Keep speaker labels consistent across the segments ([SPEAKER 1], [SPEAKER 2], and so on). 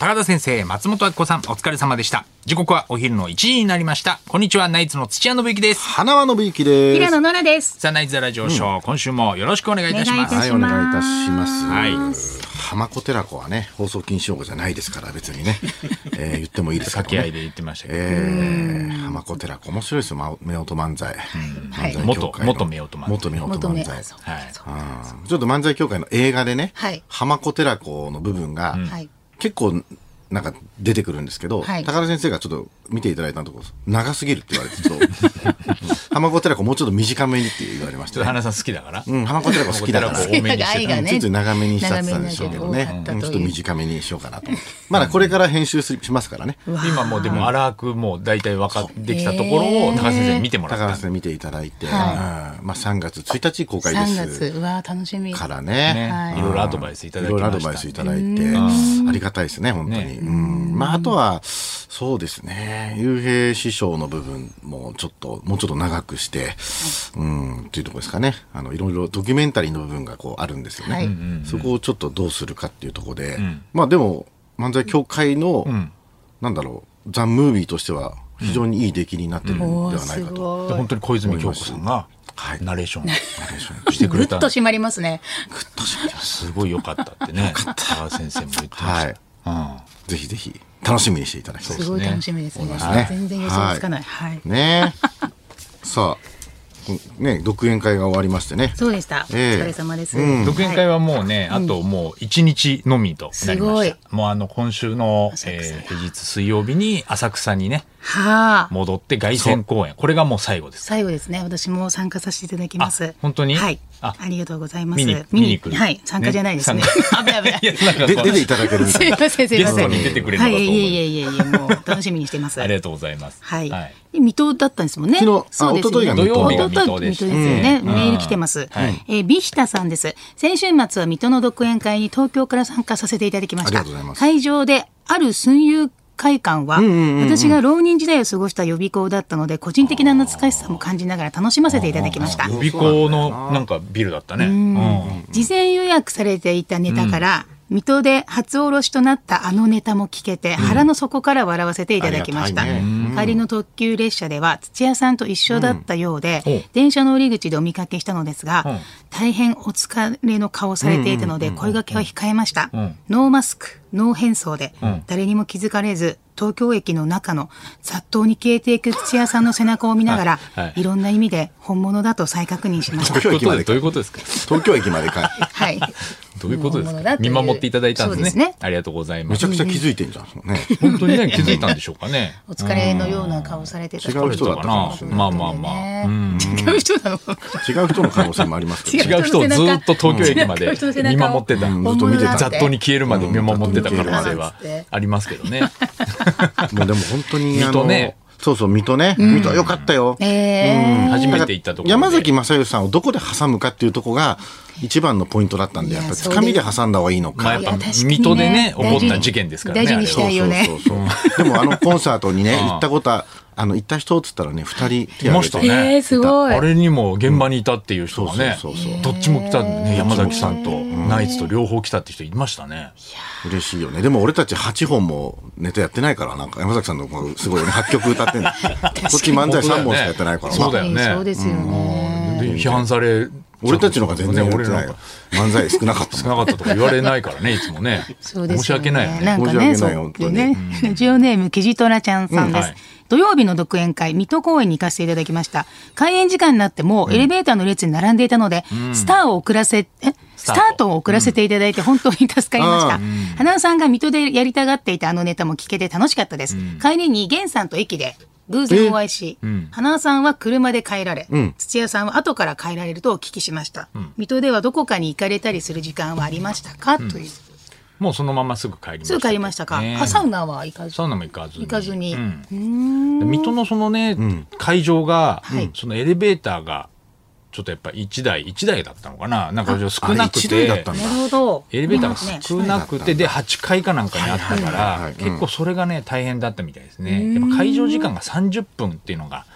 [SPEAKER 1] 原田先生、松本明子さん、お疲れ様でした。時刻はお昼の1時になりました。こんにちは、ナイツの土屋信之です。
[SPEAKER 2] 花輪信之です。
[SPEAKER 3] 平野ノラです。
[SPEAKER 1] さあ、ナイツザラジオショー、今週もよろしくお願いいたします。
[SPEAKER 3] お
[SPEAKER 2] はい、お願いいたします。
[SPEAKER 1] は
[SPEAKER 2] はいい。浜子寺子はね、放送禁止用語じゃないですから、別にね。えー言ってもいいですから、
[SPEAKER 1] 掛け合
[SPEAKER 2] ね。
[SPEAKER 1] いで言ってましたけど。
[SPEAKER 2] えー、浜子寺子面白いですよ、ま夫婦漫才。漫才協会の
[SPEAKER 1] 元元夫婦漫才
[SPEAKER 2] 元夫婦
[SPEAKER 3] 求
[SPEAKER 2] 漫
[SPEAKER 3] めあ
[SPEAKER 2] 才。
[SPEAKER 3] そう
[SPEAKER 1] はい
[SPEAKER 3] そう
[SPEAKER 2] うんちょっと漫才協会の映画でね、
[SPEAKER 3] はい
[SPEAKER 2] 浜子寺子の部分が、
[SPEAKER 3] はい。
[SPEAKER 2] 結構なんか出てくるんですけど、
[SPEAKER 3] はい
[SPEAKER 2] 高田先生がちょっと見ていただいたところ長すぎるって言われてちょっと浜子寺子もうちょっと短めにって言われまし
[SPEAKER 1] ちょっと
[SPEAKER 2] たね
[SPEAKER 1] 花さん好きだから。
[SPEAKER 2] うん、浜子寺子好きだから
[SPEAKER 1] 浜子寺子多めにして
[SPEAKER 3] 好きだから愛がね
[SPEAKER 2] うんちょっと長めにしちゃってたんでしょうけどね
[SPEAKER 3] 長めにな
[SPEAKER 2] う
[SPEAKER 3] る
[SPEAKER 2] んちょっ
[SPEAKER 3] けど多かったと
[SPEAKER 2] と
[SPEAKER 3] いう
[SPEAKER 2] 短めにしようかなと思ってまだこれから編集すしますからね
[SPEAKER 1] 今もうでも荒くもう大体分かってきたところを高田先生に見てもら
[SPEAKER 2] 高
[SPEAKER 1] っ
[SPEAKER 2] 田
[SPEAKER 1] た。
[SPEAKER 2] 先生見ていただいて、
[SPEAKER 3] は
[SPEAKER 2] うんまあ、3月1日公開で
[SPEAKER 3] 三
[SPEAKER 2] す
[SPEAKER 3] 月、うわー楽しみ。
[SPEAKER 2] から
[SPEAKER 1] ね
[SPEAKER 2] ね
[SPEAKER 1] いろいろアドバイスいただき
[SPEAKER 2] い
[SPEAKER 1] ました
[SPEAKER 2] ろいろア
[SPEAKER 1] んで
[SPEAKER 2] ドバイスいただいて、ありがたいですね、本当
[SPEAKER 1] ね
[SPEAKER 2] に。うんまあ、あとは、そうですね、幽閉師匠の部分もちょっと、もうちょっと長くして、うん、っていうところですかね。あの、いろいろドキュメンタリーの部分がこうあるんですよ
[SPEAKER 3] はいうん
[SPEAKER 2] ね。そこをちょっとどうするかっていうところで、まあでも、漫才協会の、なんだろう、ザ・ムービーとしては、非常にいい出来になってるんで
[SPEAKER 3] おー
[SPEAKER 2] はない
[SPEAKER 3] す
[SPEAKER 2] かと。
[SPEAKER 3] ごい。
[SPEAKER 1] 本当に小泉京子さんが
[SPEAKER 2] はい
[SPEAKER 1] ナレーションしてく
[SPEAKER 3] ぐ
[SPEAKER 1] れ
[SPEAKER 3] ったと。締まりますね。
[SPEAKER 1] すごい良かったってね。高田先生も言ってま
[SPEAKER 2] は
[SPEAKER 1] し
[SPEAKER 2] い。
[SPEAKER 1] た。うん
[SPEAKER 2] ぜひぜひ、楽しみにしていただきたい
[SPEAKER 3] すごい楽しみですね。
[SPEAKER 2] すね
[SPEAKER 3] 全然予想つかない。はい。
[SPEAKER 2] ね えさあうんね独演会が終わりましてね
[SPEAKER 3] そうでした。お
[SPEAKER 2] ええ
[SPEAKER 3] 疲れ様です。
[SPEAKER 2] うん
[SPEAKER 1] 独演会
[SPEAKER 3] は
[SPEAKER 1] はもうね、あともう1日のみとなります
[SPEAKER 3] ご
[SPEAKER 1] し
[SPEAKER 3] い
[SPEAKER 1] た。もうあの今週の、
[SPEAKER 3] 浅
[SPEAKER 1] え
[SPEAKER 3] 草
[SPEAKER 1] ー平日水曜日に浅草にね、
[SPEAKER 3] い。はあ。
[SPEAKER 1] 戻って凱旋公演。これがもう最後です。
[SPEAKER 3] 最後ですね。私も参加させていただきます。
[SPEAKER 1] あ本当に
[SPEAKER 3] はい。
[SPEAKER 1] あ
[SPEAKER 3] ありがとうございます。
[SPEAKER 1] 見に見に来る
[SPEAKER 3] はい。参加じゃないです
[SPEAKER 1] ね。
[SPEAKER 3] ね危 ない危ない。
[SPEAKER 1] なんか
[SPEAKER 2] で
[SPEAKER 1] こう
[SPEAKER 2] 出ていただけるみた
[SPEAKER 3] す
[SPEAKER 2] い
[SPEAKER 3] い
[SPEAKER 2] な
[SPEAKER 3] ません、すい
[SPEAKER 1] ゲ
[SPEAKER 3] ま
[SPEAKER 1] ス
[SPEAKER 3] せ
[SPEAKER 1] ト
[SPEAKER 3] ん。
[SPEAKER 1] に出てくれるの
[SPEAKER 3] は
[SPEAKER 1] かと
[SPEAKER 3] い、
[SPEAKER 1] 思
[SPEAKER 3] いえいえ
[SPEAKER 1] い
[SPEAKER 3] いえいえ、もう楽しみにし てます。
[SPEAKER 1] ありがとうございます。
[SPEAKER 3] はい。で水戸だったんですもんね。
[SPEAKER 2] 昨日
[SPEAKER 3] そうですよね
[SPEAKER 2] あ
[SPEAKER 1] 土曜日が
[SPEAKER 3] 一昨
[SPEAKER 1] 水
[SPEAKER 3] 日
[SPEAKER 1] 戸でした
[SPEAKER 3] 水戸ですよね。
[SPEAKER 1] うん
[SPEAKER 3] メール来てます。
[SPEAKER 1] はい
[SPEAKER 3] えービヒタさんです。先週末は水戸の独演会に東京から参加させていただきました。
[SPEAKER 2] ありがとうございます
[SPEAKER 3] 会場である寸友会館は、私が浪人時代を過ごした予備校だったので、個人的な懐かしさも感じながら楽しませていただきました
[SPEAKER 1] 予。備校のなんかビルだったね。うん
[SPEAKER 3] 事前予約されていたネタから、水戸で初おろしとなったあのネタも聞けて、腹の底から笑わせていただきました、
[SPEAKER 2] ありがたいね
[SPEAKER 3] 帰りの特急列車では土屋さんと一緒だったようで、
[SPEAKER 1] うんお
[SPEAKER 3] 電車の降り口でお見かけしたのですが、
[SPEAKER 1] ん
[SPEAKER 3] 大変お疲れの顔をされていたので声掛けは控えました、
[SPEAKER 1] ん
[SPEAKER 3] ノーマスクノー変装で、
[SPEAKER 1] ん
[SPEAKER 3] 誰にも気づかれず東京駅の中の殺到に消えていく土屋さんの背中を見ながら、
[SPEAKER 1] はい
[SPEAKER 3] い
[SPEAKER 1] はい
[SPEAKER 3] ろんな意味で本物だと再確認しま した
[SPEAKER 2] 東京駅まで
[SPEAKER 1] ど
[SPEAKER 2] か
[SPEAKER 1] ういうことですか
[SPEAKER 2] 東京駅までか
[SPEAKER 3] はい
[SPEAKER 1] どういうことです
[SPEAKER 3] 本物
[SPEAKER 1] か
[SPEAKER 3] だとい
[SPEAKER 1] 見
[SPEAKER 3] う
[SPEAKER 1] 守っていただいたんですね。
[SPEAKER 3] そうですね
[SPEAKER 1] ありがとうございま
[SPEAKER 2] めち
[SPEAKER 1] す
[SPEAKER 2] ゃ。くちゃ気づいてんじゃんその ね
[SPEAKER 1] 本当にね、気づいたんでしょうかね。
[SPEAKER 3] お疲れのような顔されてた
[SPEAKER 2] 違う人だったかもしれない
[SPEAKER 1] まあまあまあ。うん
[SPEAKER 3] 違う人なの
[SPEAKER 2] 違う人の可能性もありますけど
[SPEAKER 1] 違う人をずっと東京駅まで見守ってた。
[SPEAKER 2] うん
[SPEAKER 3] 本
[SPEAKER 2] ずっと見
[SPEAKER 3] 物
[SPEAKER 2] て
[SPEAKER 3] だ
[SPEAKER 2] た
[SPEAKER 1] 雑踏に消えるまで見守ってた可能性
[SPEAKER 3] うん本
[SPEAKER 1] は
[SPEAKER 3] 当に消える
[SPEAKER 1] ありますけど ね。
[SPEAKER 2] もうでも本当にあ
[SPEAKER 1] 水戸
[SPEAKER 2] の
[SPEAKER 1] ね
[SPEAKER 2] そうそう水戸ね水戸よかったよ
[SPEAKER 3] ええ
[SPEAKER 1] 初めて行ったところで。
[SPEAKER 2] 山崎正義さんをどこで挟むかっていうとこが一番のポイントだったんでやっぱりつかみで挟んだ方がいいの
[SPEAKER 1] まあや
[SPEAKER 2] か
[SPEAKER 1] っぱ
[SPEAKER 3] いや確かにね
[SPEAKER 1] 水戸でね、起こった事件ですからね。
[SPEAKER 3] 大事に
[SPEAKER 1] あ
[SPEAKER 3] し
[SPEAKER 1] れ
[SPEAKER 3] た
[SPEAKER 1] はい
[SPEAKER 3] よね
[SPEAKER 2] そうそうそうそうでもあのコンサートにね行ったことはあの行った人っつったらね二人手挙げて
[SPEAKER 1] いましたね
[SPEAKER 3] えーすごい
[SPEAKER 1] あれにも現場にいたっていう人がね
[SPEAKER 2] そうそうそうそ、う
[SPEAKER 1] どっちも来たね、山崎さんとナイツと両方来たって人いましたね。
[SPEAKER 2] 嬉しいよね。でも俺たち8本もネタやってないから、なんか山崎さんのもうすごいよね、8曲歌ってんの。こっち漫才3本しかやってないからな。
[SPEAKER 1] そうだよね
[SPEAKER 3] そうですよね。
[SPEAKER 1] で批判され、
[SPEAKER 2] 俺たちの方が全然やっ
[SPEAKER 1] 俺
[SPEAKER 2] て
[SPEAKER 1] の
[SPEAKER 2] ない
[SPEAKER 1] 方が。
[SPEAKER 2] 漫才少なか った
[SPEAKER 1] 少
[SPEAKER 2] もん。
[SPEAKER 1] なかったとか言われないからね、いつもね。
[SPEAKER 3] そうですよね
[SPEAKER 1] 申し訳ないよね。
[SPEAKER 3] んか
[SPEAKER 2] 申
[SPEAKER 3] ね、
[SPEAKER 2] し
[SPEAKER 3] そ
[SPEAKER 2] 訳ない本
[SPEAKER 3] う
[SPEAKER 2] 当に
[SPEAKER 3] ね。ラジオネーム、キジトラちゃんさんです。
[SPEAKER 1] うんはい
[SPEAKER 3] 土曜日の独演会、水戸公園に行かせていただきました。開演時間になっても、エレベーターの列に並んでいたので、スターを遅らせ、えスタートを遅らせていただいて本当に助かりました。花尾さんが水戸でやりたがっていたあのネタも聞けて楽しかったです。帰りに源さんと駅で偶然お会いし、花尾さんは車で帰られ、土屋さんは後から帰られるとお聞きしました。水戸ではどこかに行かれたりする時間はありましたか、という。
[SPEAKER 1] もうそのまますぐ帰りまし
[SPEAKER 3] す
[SPEAKER 1] た。
[SPEAKER 3] ぐ帰りましたか。
[SPEAKER 1] ね
[SPEAKER 3] あサウナは行かず
[SPEAKER 1] サウナも行かずに。
[SPEAKER 3] 行かずに。
[SPEAKER 1] で水戸のそのね、会場が、
[SPEAKER 3] はい
[SPEAKER 1] そのエレベーターがちょっとやっぱ1台1台だったのかななんか
[SPEAKER 2] あ
[SPEAKER 1] 少
[SPEAKER 2] れ
[SPEAKER 1] なく
[SPEAKER 2] 1台だってたんだ
[SPEAKER 3] な。るほど。
[SPEAKER 1] エレベータ
[SPEAKER 3] いい
[SPEAKER 1] ーが
[SPEAKER 3] です
[SPEAKER 1] 少
[SPEAKER 3] ね
[SPEAKER 1] なくてで8階かなんかにあったか
[SPEAKER 2] はいはいはいは
[SPEAKER 1] ら
[SPEAKER 2] い
[SPEAKER 1] 結構それがね大変だったみたいですねやっぱ会場時間が30分っていうのが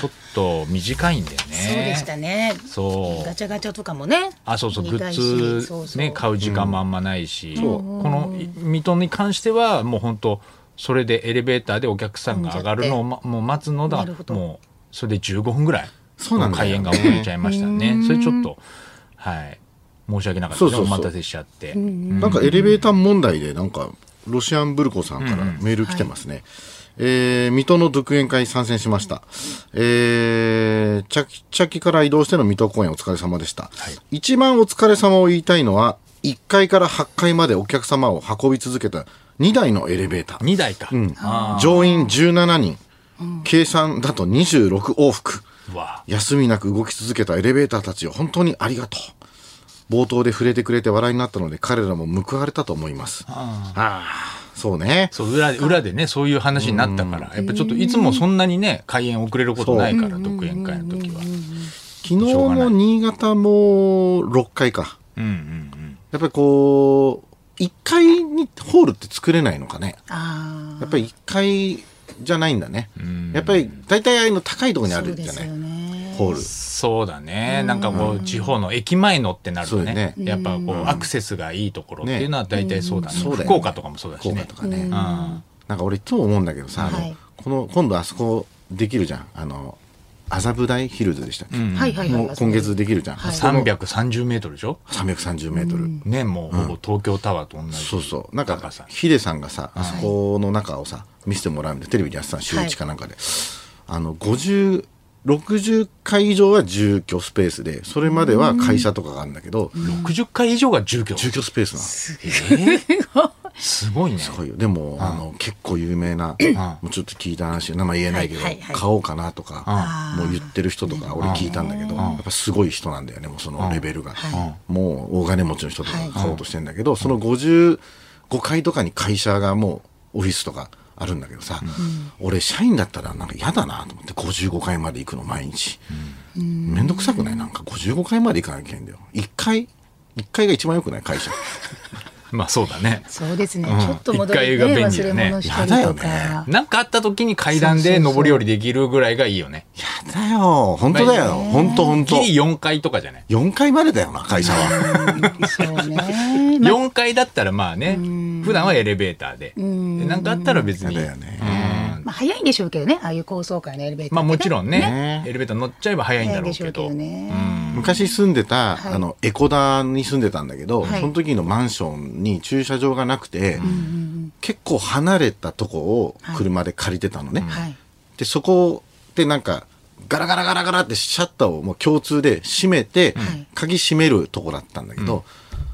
[SPEAKER 1] ちょっと短いんだよね。
[SPEAKER 3] そうでしたね。
[SPEAKER 1] そう
[SPEAKER 3] ガチャガチャとかもね。
[SPEAKER 1] あそうそうグ
[SPEAKER 3] 見たいし
[SPEAKER 1] ッ
[SPEAKER 3] そうそ
[SPEAKER 1] ズ
[SPEAKER 3] う
[SPEAKER 1] ね買う時間もあんまないし、このい水戸に関してはもう本当それでエレベーターでお客さんが上がるのを、ま、もう待つのだ
[SPEAKER 3] なるほど
[SPEAKER 1] もうそれで15分ぐらい
[SPEAKER 2] そうなんだよ
[SPEAKER 1] 開
[SPEAKER 2] ね
[SPEAKER 1] 演が遅れちゃいましたねそれちょっとはい申し訳なかったですね
[SPEAKER 2] そうそうそう
[SPEAKER 1] お待たせしちゃって、
[SPEAKER 2] なんかエレベーター問題で、なんか、ロシアンブルコさんからメール来てますね。えー、水戸の独演会参戦しました。えー、チャキチャキから移動しての水戸公演お疲れ様でした。一番お疲れ様を言いたいのは、1階から8階までお客様を運び続けた2台のエレベーター。
[SPEAKER 1] 2台か、
[SPEAKER 2] 乗員17人。計算だと26往復。
[SPEAKER 1] わ
[SPEAKER 2] 休みなく動き続けたエレベーターたちを本当にありがとう。冒頭で触れてくれて笑いになったので彼らも報われたと思います。ああ、そうね。
[SPEAKER 1] そう裏で裏でねそういう話になったから、やっぱちょっといつもそんなにね開演遅れることないから独演会の時は、
[SPEAKER 2] 昨日の新潟も6階か。やっぱりこう、1階にホールって作れないのかね。
[SPEAKER 3] あ
[SPEAKER 2] やっぱり1階じゃないんだね。やっぱり大体ああいうの高いところに
[SPEAKER 3] あ。
[SPEAKER 2] あ
[SPEAKER 3] そ
[SPEAKER 2] る
[SPEAKER 3] う
[SPEAKER 2] じ
[SPEAKER 3] で
[SPEAKER 2] ゃな
[SPEAKER 3] す
[SPEAKER 2] い、
[SPEAKER 3] よね。
[SPEAKER 2] ホール。
[SPEAKER 1] そうだね、なんかこう地方の駅前のってなると
[SPEAKER 2] そうだ
[SPEAKER 1] ね
[SPEAKER 2] ね
[SPEAKER 1] やっぱこうアクセスがいいところっていうのは大体そうだね
[SPEAKER 2] うんそうだよね
[SPEAKER 1] 福岡とかもそうだし
[SPEAKER 2] 効果
[SPEAKER 1] ね
[SPEAKER 2] とかね。
[SPEAKER 1] うん
[SPEAKER 2] なんか俺いつも思うんだけどさ、あの
[SPEAKER 3] はい
[SPEAKER 2] この今度あそこできるじゃんあの麻布台ヒルズでしたっけ、
[SPEAKER 3] はいはいはい。
[SPEAKER 2] もう今月できるじゃん、
[SPEAKER 3] はい
[SPEAKER 1] 330メートルでしょ
[SPEAKER 2] 330メートル、
[SPEAKER 1] ねもうほぼ東京タワーと同じ
[SPEAKER 2] そうそうなんか
[SPEAKER 1] 高さ
[SPEAKER 2] ヒデさんがさあそこの中をさ見せてもらうみたいなテレビでやってたの週
[SPEAKER 3] はい
[SPEAKER 2] 1かなんかで、あの50 60回以上は住居スペースでそれまでは会社とかがあるんだけど、
[SPEAKER 1] 60階以上が住居
[SPEAKER 2] 住居スペースなの
[SPEAKER 1] すごいね
[SPEAKER 2] すごいよでも、あの結構有名な、もうちょっと聞いた話名前言えないけど、
[SPEAKER 3] はいはいはい
[SPEAKER 2] 買おうかなとか、もう言ってる人とか俺聞いたんだけど、やっぱすごい人なんだよねもうそのレベルが、もう大金持ちの人とかが買おうとしてんだけど、その55階とかに会社がもうオフィスとかあるんだけどさ、俺社員だったらなんか嫌だなと思って55階まで行くの毎日、めんどくさくないなんか55階まで行かなきゃいけないんだよ1階1階が一番よくない 会社
[SPEAKER 1] まあそうだね
[SPEAKER 3] そうですね。
[SPEAKER 1] うん
[SPEAKER 3] ちょっと戻り
[SPEAKER 1] 一回
[SPEAKER 3] ね
[SPEAKER 1] が便利
[SPEAKER 3] 忘
[SPEAKER 1] だ
[SPEAKER 3] れ
[SPEAKER 1] ね
[SPEAKER 3] 物したり
[SPEAKER 2] やだよ
[SPEAKER 3] とか
[SPEAKER 2] ね。
[SPEAKER 1] なんかあった時に階段で上り下りできるぐらいがいいよね
[SPEAKER 2] やだよ本当だよ本当本当
[SPEAKER 1] ギリ4階とかじゃない
[SPEAKER 2] 4階までだよな、会社は。
[SPEAKER 3] そうね。まあ
[SPEAKER 1] 4階だったらまあね普段はエレベーターででなんかあったら別に
[SPEAKER 2] だよね
[SPEAKER 1] うん
[SPEAKER 3] まあ早いんでしょうけどね。ああいう高層階のエレベーター
[SPEAKER 1] ま
[SPEAKER 3] ってね。
[SPEAKER 1] あもちろんね
[SPEAKER 2] ね
[SPEAKER 1] エレベーター乗っちゃえば早いん
[SPEAKER 3] 早
[SPEAKER 1] だろ
[SPEAKER 3] いん
[SPEAKER 1] う
[SPEAKER 3] でしょ
[SPEAKER 1] け
[SPEAKER 3] うけ
[SPEAKER 1] ど
[SPEAKER 3] どね。
[SPEAKER 2] 昔住んでた、あの、エコダに住んでたんだけど、
[SPEAKER 3] はい
[SPEAKER 2] その時のマンションに駐車場がなくて、結構離れたとこを車で借りてたのね。
[SPEAKER 3] はい。
[SPEAKER 2] で、そこでなんか、ガラガラガラガラってシャッターをもう共通で閉めて、
[SPEAKER 3] ん
[SPEAKER 2] 鍵閉めるとこだったんだけど、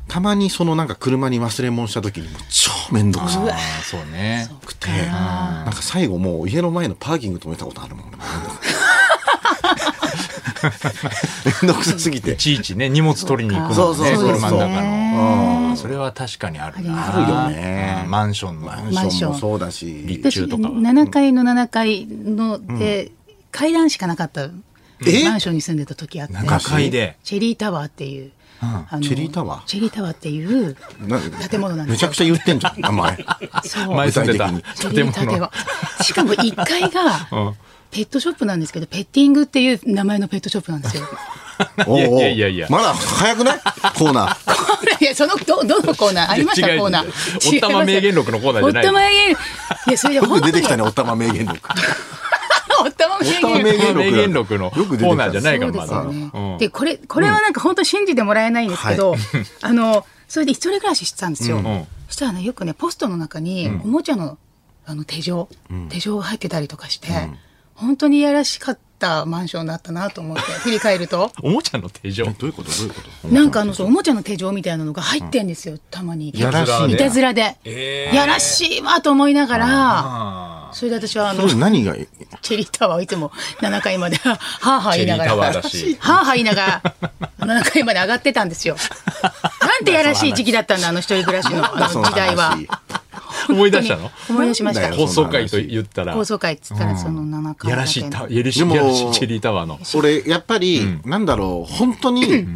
[SPEAKER 2] たまにそのなんか車に忘れ物した時にもう超めんどくさ
[SPEAKER 1] あーそうね
[SPEAKER 2] くて、なんか最後もう家の前のパーキング止めたことあるもん。俺めんどくさすぎて
[SPEAKER 1] い。ちいちね荷物取りに行く
[SPEAKER 2] そ
[SPEAKER 1] の
[SPEAKER 2] う
[SPEAKER 1] も
[SPEAKER 2] そう
[SPEAKER 1] ね
[SPEAKER 2] そうそう
[SPEAKER 1] 車の中
[SPEAKER 2] う
[SPEAKER 1] のそれは確かにあるな
[SPEAKER 2] あるよね
[SPEAKER 1] うんマンションの
[SPEAKER 2] マ
[SPEAKER 3] マン
[SPEAKER 2] ン
[SPEAKER 3] シ
[SPEAKER 2] ショ
[SPEAKER 3] ョン
[SPEAKER 2] ンもそうだし。
[SPEAKER 1] 立
[SPEAKER 3] 私
[SPEAKER 1] 中とかは
[SPEAKER 3] 7階の7階ので階段しかなかった
[SPEAKER 2] え
[SPEAKER 3] マンションに住んでた時あって
[SPEAKER 1] 中階で
[SPEAKER 3] チェリータワーっていうあの
[SPEAKER 2] チェリータワー
[SPEAKER 3] チェリータワーっ ていう
[SPEAKER 2] な
[SPEAKER 3] 建物なんで
[SPEAKER 2] め
[SPEAKER 3] す
[SPEAKER 2] ちゃ
[SPEAKER 3] よ
[SPEAKER 2] くちゃ言ってんじゃん、名 前。
[SPEAKER 3] そう
[SPEAKER 1] 前住んでた
[SPEAKER 3] チェリ
[SPEAKER 1] 建
[SPEAKER 3] ータ
[SPEAKER 1] 物
[SPEAKER 3] ワーしかも1階 がペットショップなんですけどペッティングっていう名前のペットショップな んですよ
[SPEAKER 2] おうおう
[SPEAKER 1] いやいやいや
[SPEAKER 2] まだ早くないコーナー。
[SPEAKER 3] いやそのどどのコーナーありまし
[SPEAKER 1] 違
[SPEAKER 3] た
[SPEAKER 1] う
[SPEAKER 3] コーナ
[SPEAKER 1] 違う
[SPEAKER 3] ー
[SPEAKER 1] おったま名言録のコーナーじゃない
[SPEAKER 3] おったま名言いやそれで
[SPEAKER 2] よ
[SPEAKER 3] 本
[SPEAKER 2] く
[SPEAKER 3] 当
[SPEAKER 2] 出
[SPEAKER 3] に
[SPEAKER 2] てきたね、おったま名言録。
[SPEAKER 3] おったま名
[SPEAKER 2] おったま
[SPEAKER 3] 言
[SPEAKER 2] 名言録
[SPEAKER 1] 名言録のコ
[SPEAKER 2] よく出てきた
[SPEAKER 1] ーナーじゃないから
[SPEAKER 3] そうで
[SPEAKER 1] ますだ
[SPEAKER 3] よね
[SPEAKER 1] うん
[SPEAKER 3] でこれこれはなんか本当信じてもらえないんですけど、
[SPEAKER 2] は
[SPEAKER 3] あのそれで一人暮らししてたんですよ、
[SPEAKER 1] ん
[SPEAKER 3] そしたらねよくねポストの中におもちゃのあの手錠、手錠が入ってたりとかして、本当にいやらしかったマンションだったなと 思って振り返ると
[SPEAKER 1] おもちゃの手錠
[SPEAKER 2] どういうことどういうこと
[SPEAKER 3] なんかあのそうおもちゃの手錠みたいなのが入ってんですよたまに。
[SPEAKER 2] やらしい
[SPEAKER 3] い
[SPEAKER 2] ね
[SPEAKER 3] たずらで、
[SPEAKER 1] えー
[SPEAKER 3] やらしいわと思いながらそれで私はあの
[SPEAKER 2] それ何がいい
[SPEAKER 3] チェリータワーをいつも7階まで、 はあはあ言いながら、
[SPEAKER 1] チェリータワー
[SPEAKER 3] は
[SPEAKER 1] だし
[SPEAKER 3] あはあ言いながら、7階まで上がってたんですよ。なんてやらしい時期だったんだ、あの一人暮らしのあ
[SPEAKER 2] そ
[SPEAKER 3] の
[SPEAKER 2] の
[SPEAKER 3] 時代は。
[SPEAKER 2] 話
[SPEAKER 1] 思い出したの
[SPEAKER 3] 本当に思い出しまし
[SPEAKER 2] だ
[SPEAKER 3] た
[SPEAKER 2] よ。
[SPEAKER 1] 放送回と言ったら
[SPEAKER 3] 高層階っつったら、その7階
[SPEAKER 1] やら
[SPEAKER 3] だ
[SPEAKER 1] し
[SPEAKER 3] け
[SPEAKER 1] いタ
[SPEAKER 3] の
[SPEAKER 1] ワーやらしい
[SPEAKER 2] でも
[SPEAKER 1] やらしいチェリータワーの
[SPEAKER 2] 俺、やっぱり、なんだろう、本当に、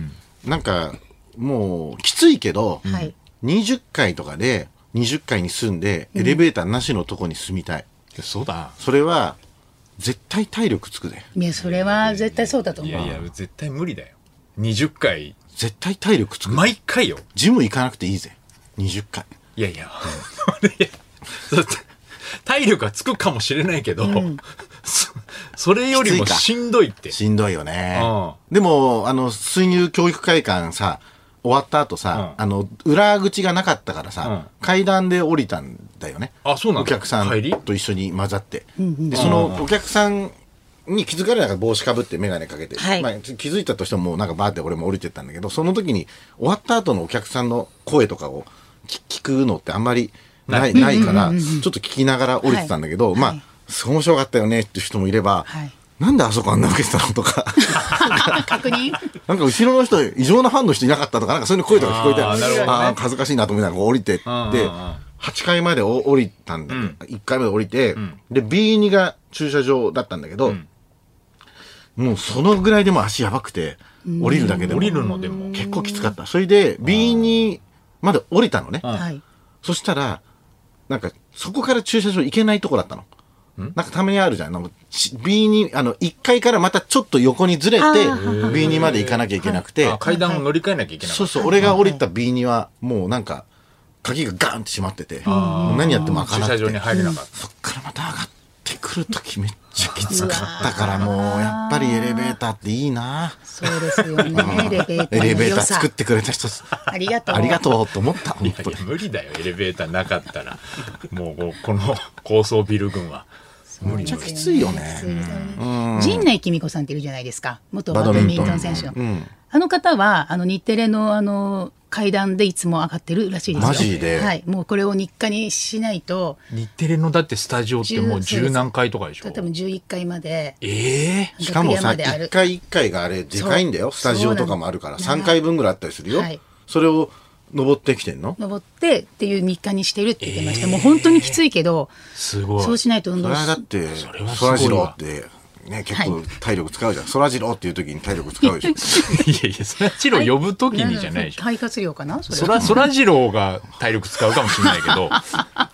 [SPEAKER 2] なんか、もう、きついけど、
[SPEAKER 3] はい
[SPEAKER 2] 20階とかで、20階に住んで、エレベーターなしのとこに住みたい。
[SPEAKER 1] そうだ
[SPEAKER 2] それは、絶対体力つくで
[SPEAKER 3] いやそれは絶対そうだと思
[SPEAKER 1] いうやいや絶対無理だよ20回
[SPEAKER 2] 絶対体力つく
[SPEAKER 1] 毎回よ
[SPEAKER 2] ジム行かなくていいぜ20回
[SPEAKER 1] いやいやいやだって体力はつくかもしれないけど、そそれよりも
[SPEAKER 2] きついか
[SPEAKER 1] しんどいって
[SPEAKER 2] しんどいよね
[SPEAKER 1] うん
[SPEAKER 2] でもあの水入教育会館さ終わった後さ、
[SPEAKER 1] うん
[SPEAKER 2] あの裏口がなかったからさ、階段で降りたんだよね
[SPEAKER 1] あそうなの
[SPEAKER 2] お客さん
[SPEAKER 1] 帰り
[SPEAKER 2] と一緒に混ざって、でそのお客さんに気づかれながら帽子かぶって眼鏡かけて、
[SPEAKER 3] はい
[SPEAKER 2] まあ、気づいたとしてももうなんかバーって俺も降りてったんだけどその時に終わった後のお客さんの声とかを聞聞くのってあんまりないないから、ちょっと聞きながら降りてたんだけど、
[SPEAKER 3] はい
[SPEAKER 2] まあ、
[SPEAKER 3] はい
[SPEAKER 2] すごい面白かったよねっていう人もいれば、
[SPEAKER 3] はい
[SPEAKER 2] なんであそこあんな受けてたのと か。
[SPEAKER 3] 確認
[SPEAKER 2] なんか後ろの人、異常なファンの人いなかったとか、なんかそういう声とか聞こえて、
[SPEAKER 1] あーなるほどね
[SPEAKER 2] あー恥ずかしいなと思いながらこう降りてって、
[SPEAKER 1] んうんうん
[SPEAKER 2] 8階までお降りたんだけど、1階まで降りて、で、B2 が駐車場だったんだけど、もうそのぐらいでも足やばくて、降りるだけでも。
[SPEAKER 1] 降りるのでも
[SPEAKER 2] 結構きつかった。それで、B2 まで降りたのね。
[SPEAKER 3] はい
[SPEAKER 2] そしたら、なんか、そこから駐車場行けないとこだったの。なんかたまにあるじゃん。なんかし B2、あの、1階からまたちょっと横にずれて、
[SPEAKER 3] あー
[SPEAKER 2] B2 まで行かなきゃいけなくて、
[SPEAKER 1] あ階段を乗り換えなきゃいけない
[SPEAKER 2] そうそう、俺が降りた B2 は、もうなんか、鍵がガーンって閉まってて、もう何やっても開
[SPEAKER 1] 駐車
[SPEAKER 2] かなくて。
[SPEAKER 1] 場に入れなかった、
[SPEAKER 2] そっからまた上がってくるときめっちゃきつかったから、もう、やっぱりエレベーターっていいな
[SPEAKER 3] そうですよ ねエレベータ
[SPEAKER 2] エ
[SPEAKER 3] ーの
[SPEAKER 2] レベー
[SPEAKER 3] 良
[SPEAKER 2] ター
[SPEAKER 3] さ
[SPEAKER 2] 作ってくれた人、
[SPEAKER 3] ありがとう
[SPEAKER 2] ありがとうと思った、本当
[SPEAKER 1] い
[SPEAKER 2] に
[SPEAKER 1] や。無理だよエレベーターなかったらもうこの 高層ビル群は
[SPEAKER 2] めっちゃきついよね。
[SPEAKER 3] 陣内貴美子さんっているじゃないですか元バドミントン選手の、あの方はあの日テレのあの階段でいつも上がってるらしいですよ
[SPEAKER 2] マジで
[SPEAKER 3] はい、もうこれを日課にしないと
[SPEAKER 1] 日テレのだってスタジオってもう
[SPEAKER 3] そうで
[SPEAKER 1] 十
[SPEAKER 3] す
[SPEAKER 1] 何階とかでしょ
[SPEAKER 3] 多分11階まで
[SPEAKER 1] ええ
[SPEAKER 2] しかもさ、
[SPEAKER 3] 楽屋まである
[SPEAKER 2] 一回一回があれ、でかいんだよ。
[SPEAKER 3] そう
[SPEAKER 2] スタジオとかもあるから、
[SPEAKER 3] そうなの
[SPEAKER 2] 3回分ぐらいあったりするよ
[SPEAKER 3] はい。
[SPEAKER 2] それを登ってきてんの
[SPEAKER 3] 登ってっていう日課にしてるって言ってました、もう本当にきついけど
[SPEAKER 1] すごい
[SPEAKER 3] そうしないと運
[SPEAKER 2] そ
[SPEAKER 3] 動
[SPEAKER 2] れ
[SPEAKER 3] し
[SPEAKER 2] はだって、そ
[SPEAKER 1] れはすごい
[SPEAKER 2] ら
[SPEAKER 1] わ
[SPEAKER 2] ジローって、ね、結構体力使うじゃん。そらジローっていう時に体力使うでしょ。
[SPEAKER 1] いやいやそらジロー呼ぶ時にじゃないでしょ
[SPEAKER 3] 肺活量かなそれ
[SPEAKER 1] そらそらジローが体力使うかもしれないけど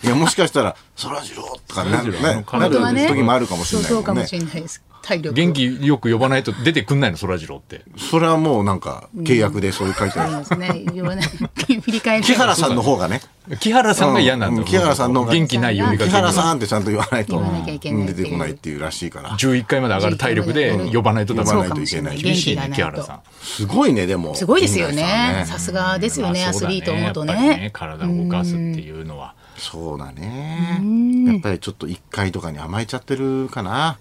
[SPEAKER 2] いや、もしかしたら、そらジローとかな
[SPEAKER 1] そらジロー
[SPEAKER 2] ね
[SPEAKER 1] の彼女
[SPEAKER 2] なる時もあるかもしれない
[SPEAKER 3] そう
[SPEAKER 2] も
[SPEAKER 3] そうんかも
[SPEAKER 2] ね
[SPEAKER 3] し。れないです体力
[SPEAKER 1] 元気よく呼ばないと出てくんないのそらジローって
[SPEAKER 2] それはもうなんか、契約でそういう書いてあ
[SPEAKER 3] そう
[SPEAKER 2] る。
[SPEAKER 3] ですね 言わない振り返る
[SPEAKER 2] 木原さんの方がね、
[SPEAKER 1] 木原さんが嫌なんだ
[SPEAKER 2] うん木原さんの方が
[SPEAKER 1] 元気ない呼びか
[SPEAKER 2] 木
[SPEAKER 1] け
[SPEAKER 2] 原さんってちゃんと言わないと
[SPEAKER 3] 言わなきゃいけないってい
[SPEAKER 2] 出
[SPEAKER 3] う
[SPEAKER 2] てこないっていうらしいから。
[SPEAKER 1] 11回まで上がる体力で呼ばないとダメ
[SPEAKER 2] 呼ば
[SPEAKER 3] そ
[SPEAKER 2] ないと
[SPEAKER 3] うかも
[SPEAKER 2] い
[SPEAKER 3] し
[SPEAKER 2] け
[SPEAKER 3] れ
[SPEAKER 2] ない
[SPEAKER 3] ない
[SPEAKER 1] 厳
[SPEAKER 3] 元
[SPEAKER 1] し
[SPEAKER 3] 気
[SPEAKER 1] い
[SPEAKER 3] が
[SPEAKER 1] ね
[SPEAKER 3] ない
[SPEAKER 1] 木原さ
[SPEAKER 3] と
[SPEAKER 1] ん
[SPEAKER 2] すごいね、でも。
[SPEAKER 3] すごいですよ
[SPEAKER 2] 陣内
[SPEAKER 3] ね
[SPEAKER 2] さん
[SPEAKER 3] さすがですよね
[SPEAKER 1] まあ
[SPEAKER 3] ア
[SPEAKER 1] そ
[SPEAKER 3] ス
[SPEAKER 1] うだ
[SPEAKER 3] リート元
[SPEAKER 1] やっぱり
[SPEAKER 3] ね
[SPEAKER 1] 体を動かすっていうのは
[SPEAKER 2] そうだね。やっぱりちょっと1回とかに甘えちゃってるかな。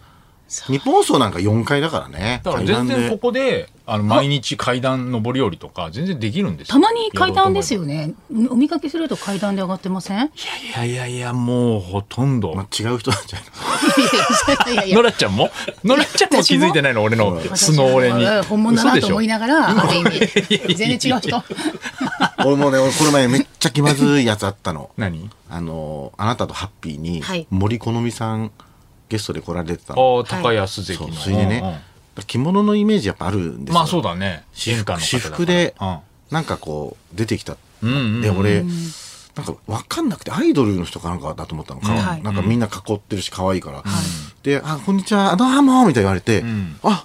[SPEAKER 2] 日本放送なんか4回だからね。
[SPEAKER 1] だから
[SPEAKER 2] 階段
[SPEAKER 1] 全
[SPEAKER 2] で
[SPEAKER 1] 然ここであの毎日階段上り下りとか全然できるんですよ
[SPEAKER 3] たまに階段です
[SPEAKER 1] や
[SPEAKER 3] よねお見かけすると階段で上がってません
[SPEAKER 1] ろうと思えばいやいやいやもうほとんど
[SPEAKER 2] まあ、違う人なんじゃない
[SPEAKER 3] いやいや
[SPEAKER 1] ノラちゃんもノラちゃんも気づいてないの俺の素の俺に
[SPEAKER 3] 私も本物だ
[SPEAKER 1] 嘘
[SPEAKER 3] な
[SPEAKER 1] で
[SPEAKER 3] と
[SPEAKER 1] しょ
[SPEAKER 3] 思いながらある意味全然違う人
[SPEAKER 2] の俺もね、俺この前めっちゃ気まずいやつあったの。
[SPEAKER 1] 何
[SPEAKER 2] あの、あなたとハッピーに
[SPEAKER 3] はい、
[SPEAKER 2] 森好美さんゲストで来られてた
[SPEAKER 1] あ
[SPEAKER 2] の。
[SPEAKER 1] あ高安関
[SPEAKER 2] そ
[SPEAKER 1] の
[SPEAKER 2] う、それでね、だから着物のイメージやっぱあるんです
[SPEAKER 1] うん
[SPEAKER 2] よ。
[SPEAKER 1] まあそうだね
[SPEAKER 2] 私
[SPEAKER 1] 演歌
[SPEAKER 2] 服
[SPEAKER 1] の方だ
[SPEAKER 2] 私
[SPEAKER 1] から
[SPEAKER 2] 服で
[SPEAKER 1] うん、
[SPEAKER 2] なんかこう、出てきた。
[SPEAKER 1] うんうんうん
[SPEAKER 2] で、俺、なんか分かんなくて、アイドルの人かなんかだと思ったのか、
[SPEAKER 3] はい
[SPEAKER 2] なんかみんな囲ってるし、可愛いから。で、あ、こんにちは、どうもみたいに言われて、
[SPEAKER 1] ん
[SPEAKER 2] あ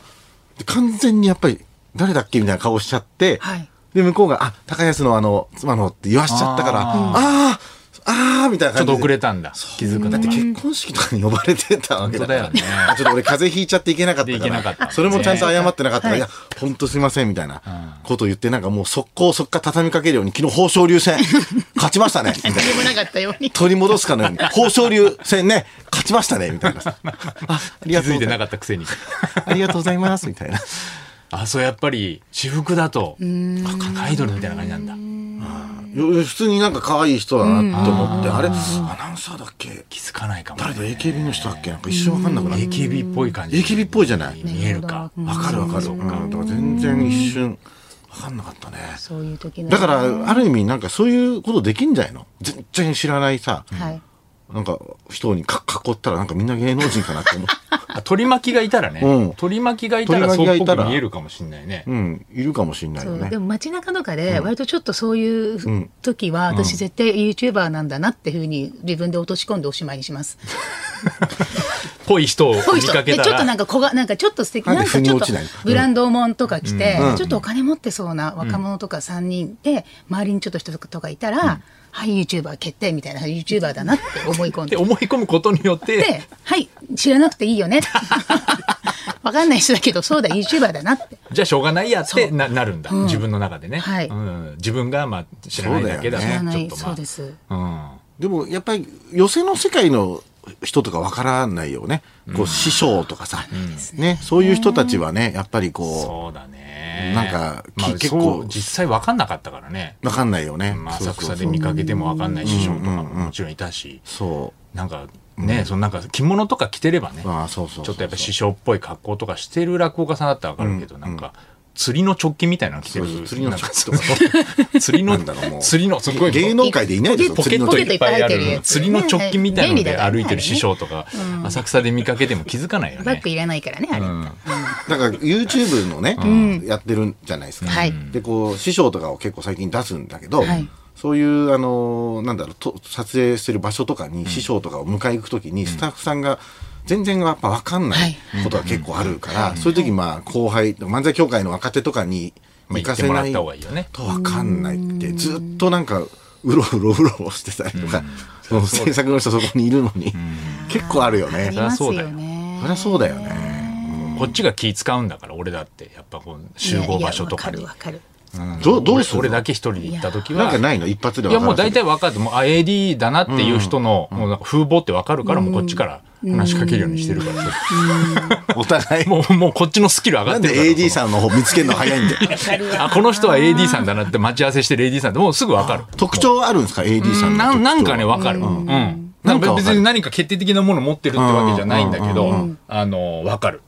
[SPEAKER 2] で完全にやっぱり、誰だっけみたいな顔しちゃって、
[SPEAKER 3] はい
[SPEAKER 2] で、向こうが、あ、高安のあの、妻のって言わしちゃったから、あー、あー、みたいな
[SPEAKER 1] ちょっ
[SPEAKER 2] 感じで。
[SPEAKER 1] と遅れたんだ
[SPEAKER 2] そう
[SPEAKER 1] 気づくの
[SPEAKER 2] だ
[SPEAKER 1] が
[SPEAKER 2] って結婚式とかに呼ばれてたわけだから
[SPEAKER 1] 本当だよね
[SPEAKER 2] あちょっと俺風邪ひいちゃっていけなかったから
[SPEAKER 1] でいけなかった
[SPEAKER 2] それもちゃんと謝ってなかったから、
[SPEAKER 3] はい
[SPEAKER 2] い、や本当すいませんみたいなことを言ってなんかもう速攻速攻畳みかけるように昨日豊昇龍 戦勝ちましたねみたいな
[SPEAKER 3] 何もなかったように
[SPEAKER 2] 取り戻すかのように豊昇龍戦ね勝ちましたねみたいなああり
[SPEAKER 1] 気
[SPEAKER 2] がとう
[SPEAKER 1] づい
[SPEAKER 2] ご
[SPEAKER 1] て
[SPEAKER 2] ざ
[SPEAKER 1] ないか
[SPEAKER 2] ま
[SPEAKER 1] ったくせに
[SPEAKER 2] すありがとうございますみたいな
[SPEAKER 1] あそうやっぱり私服だとあアイドルみたいな感じなんだ
[SPEAKER 2] 普通になんか可愛い人だなと思って、あれアナウンサーだっけ
[SPEAKER 1] 気づかないかも、ね、
[SPEAKER 2] 誰だ AKB の人だっけなんか一瞬わかんなくなって
[SPEAKER 1] AKB っぽい感じ
[SPEAKER 2] AKB っぽいじゃない
[SPEAKER 1] 見えるか
[SPEAKER 2] わかるわかる。うん、だから全然一瞬わかんなかったね。
[SPEAKER 3] そういう時の
[SPEAKER 2] だから、ある意味、なんかそういうことできんじゃないの全然知らないさ、
[SPEAKER 3] はい
[SPEAKER 2] なんか人にか囲ったらなんかみんな芸能人かなって思う。
[SPEAKER 1] あ取り巻きがいたらね、
[SPEAKER 2] うん
[SPEAKER 1] 取り巻きがいたら
[SPEAKER 2] 取
[SPEAKER 1] そ
[SPEAKER 2] り巻きが
[SPEAKER 1] うっ
[SPEAKER 2] い
[SPEAKER 1] ぽ
[SPEAKER 2] たら
[SPEAKER 1] く見えるかもしれないね、
[SPEAKER 2] うん、いるかもしんないよ
[SPEAKER 3] そう
[SPEAKER 2] ね
[SPEAKER 3] で。も街中とかで割とちょっとそういううん時は私絶対 YouTuber なんだなっていうふうに自分で落とし込んでおしまいにします。
[SPEAKER 1] ぽい人を見
[SPEAKER 3] ぽい人
[SPEAKER 1] かけ
[SPEAKER 3] で
[SPEAKER 1] たら
[SPEAKER 3] ちょっとなんか小がなんかちょっと素敵
[SPEAKER 2] なん
[SPEAKER 3] な
[SPEAKER 2] で
[SPEAKER 3] んかち
[SPEAKER 2] 腑に
[SPEAKER 3] ょっ
[SPEAKER 2] 落
[SPEAKER 3] と
[SPEAKER 2] ちない
[SPEAKER 3] ブランドもんとか来て、ちょっとお金持ってそうな若者とか3人で、周りにちょっと人とかいたら、はい YouTuber 決定みたいな YouTuber だなって思い込ん
[SPEAKER 1] って
[SPEAKER 3] で
[SPEAKER 1] 思い込むことによって
[SPEAKER 3] ではい知らなくていいよね わかんない人だけどそうだ YouTuber だなって
[SPEAKER 1] じゃあしょうがないやってななるんだ、自分の中でね、
[SPEAKER 3] はい
[SPEAKER 1] うん、自分がまあ知らないだけだ
[SPEAKER 2] そ
[SPEAKER 1] と
[SPEAKER 2] う
[SPEAKER 3] 知らな
[SPEAKER 1] ちょっ
[SPEAKER 3] い
[SPEAKER 1] と
[SPEAKER 3] そ
[SPEAKER 1] ま
[SPEAKER 3] うです
[SPEAKER 1] あ、
[SPEAKER 2] でもやっぱり寄席の世界の人とかわからないよね。こう師匠とかさ、ね、そういう人たちはね、やっぱり
[SPEAKER 1] うん、
[SPEAKER 2] こ
[SPEAKER 1] そうだね
[SPEAKER 2] なんかき
[SPEAKER 1] まあ、
[SPEAKER 2] 結
[SPEAKER 1] 結
[SPEAKER 2] 構
[SPEAKER 1] 構実際分かんなかったからね、
[SPEAKER 2] う、わかんないよね。
[SPEAKER 1] まあ、
[SPEAKER 2] そう
[SPEAKER 1] 浅
[SPEAKER 2] そうそう
[SPEAKER 1] 草で見かけても分かんない師匠とかももちろんいたし、
[SPEAKER 2] そ
[SPEAKER 1] なんかね、そのなんか着物とか着てればね
[SPEAKER 2] う。ああ、そうそうそう。
[SPEAKER 1] ちょっとやっぱ師匠っぽい格好とかしてる落語家さんだったら分かるけど、なんか釣りの直帰みたいなの着てる
[SPEAKER 2] そうそう釣りの直帰と
[SPEAKER 1] なんか 釣りの
[SPEAKER 2] なんだろうもう
[SPEAKER 1] 釣りのすごい
[SPEAKER 2] 芸能界でいないでしょ、
[SPEAKER 1] ポケットいっぱいあ
[SPEAKER 3] ポケットいっぱい入ってる
[SPEAKER 1] る
[SPEAKER 3] やつ
[SPEAKER 1] 釣りの直帰みたいなので
[SPEAKER 3] ねはい
[SPEAKER 1] 歩いてる師匠とか浅草で見かけても気づかないよ
[SPEAKER 3] バ
[SPEAKER 1] ね
[SPEAKER 3] ッグいらないからねあれ、
[SPEAKER 2] だから YouTube のね、やってるんじゃないですか。
[SPEAKER 3] はい
[SPEAKER 2] で、こう、師匠とかを結構最近出すんだけど、
[SPEAKER 3] はい
[SPEAKER 2] そういう、あのーなんだろうと、撮影してる場所とかに師匠とかを迎え行くときに、スタッフさんが、全然やっぱ分かんないことが結構あるから、そういう時まあ後輩、漫才協会の若手とかにまあ行
[SPEAKER 1] 行
[SPEAKER 2] か
[SPEAKER 1] っ
[SPEAKER 2] せ
[SPEAKER 1] て
[SPEAKER 2] ない。
[SPEAKER 1] もらった方がいいよね
[SPEAKER 2] とわかんないってずっとなんかうろうろうろしてたりとか、その制作の人そこにいるのに結構あるよ
[SPEAKER 3] あり
[SPEAKER 2] ね。
[SPEAKER 3] ますよ
[SPEAKER 1] そりゃそう
[SPEAKER 3] ね
[SPEAKER 2] そりゃそうだよね。
[SPEAKER 1] こっちが気使うんだから俺だってやっぱこう集合場所とか
[SPEAKER 3] い
[SPEAKER 1] に
[SPEAKER 3] やいやわかるわかる
[SPEAKER 2] どうどうするの
[SPEAKER 1] 俺だけ一人で行った時
[SPEAKER 2] なん
[SPEAKER 1] は
[SPEAKER 2] かないの一発で
[SPEAKER 1] いやもう大
[SPEAKER 2] 分かる
[SPEAKER 1] 体分かってもうあ AD だなっていう人のもうなんか風貌って分かるからもうこっちから話しかけるようにしてるから
[SPEAKER 2] お互い。
[SPEAKER 1] もうもうこっちのスキル上が
[SPEAKER 2] な
[SPEAKER 1] っ
[SPEAKER 2] ん
[SPEAKER 1] て
[SPEAKER 2] で
[SPEAKER 1] るから
[SPEAKER 2] AD さんの方見つけるの早いんで。
[SPEAKER 1] あこの人は AD さんだなって待ち合わせしてる AD さんってもうすぐ分かる
[SPEAKER 2] 特徴あるんですか AD さんの特徴
[SPEAKER 1] ななんかね、わかる。うん。なんか別に何か決定的なもの持ってるってわけじゃないんだけど、あの、わかる。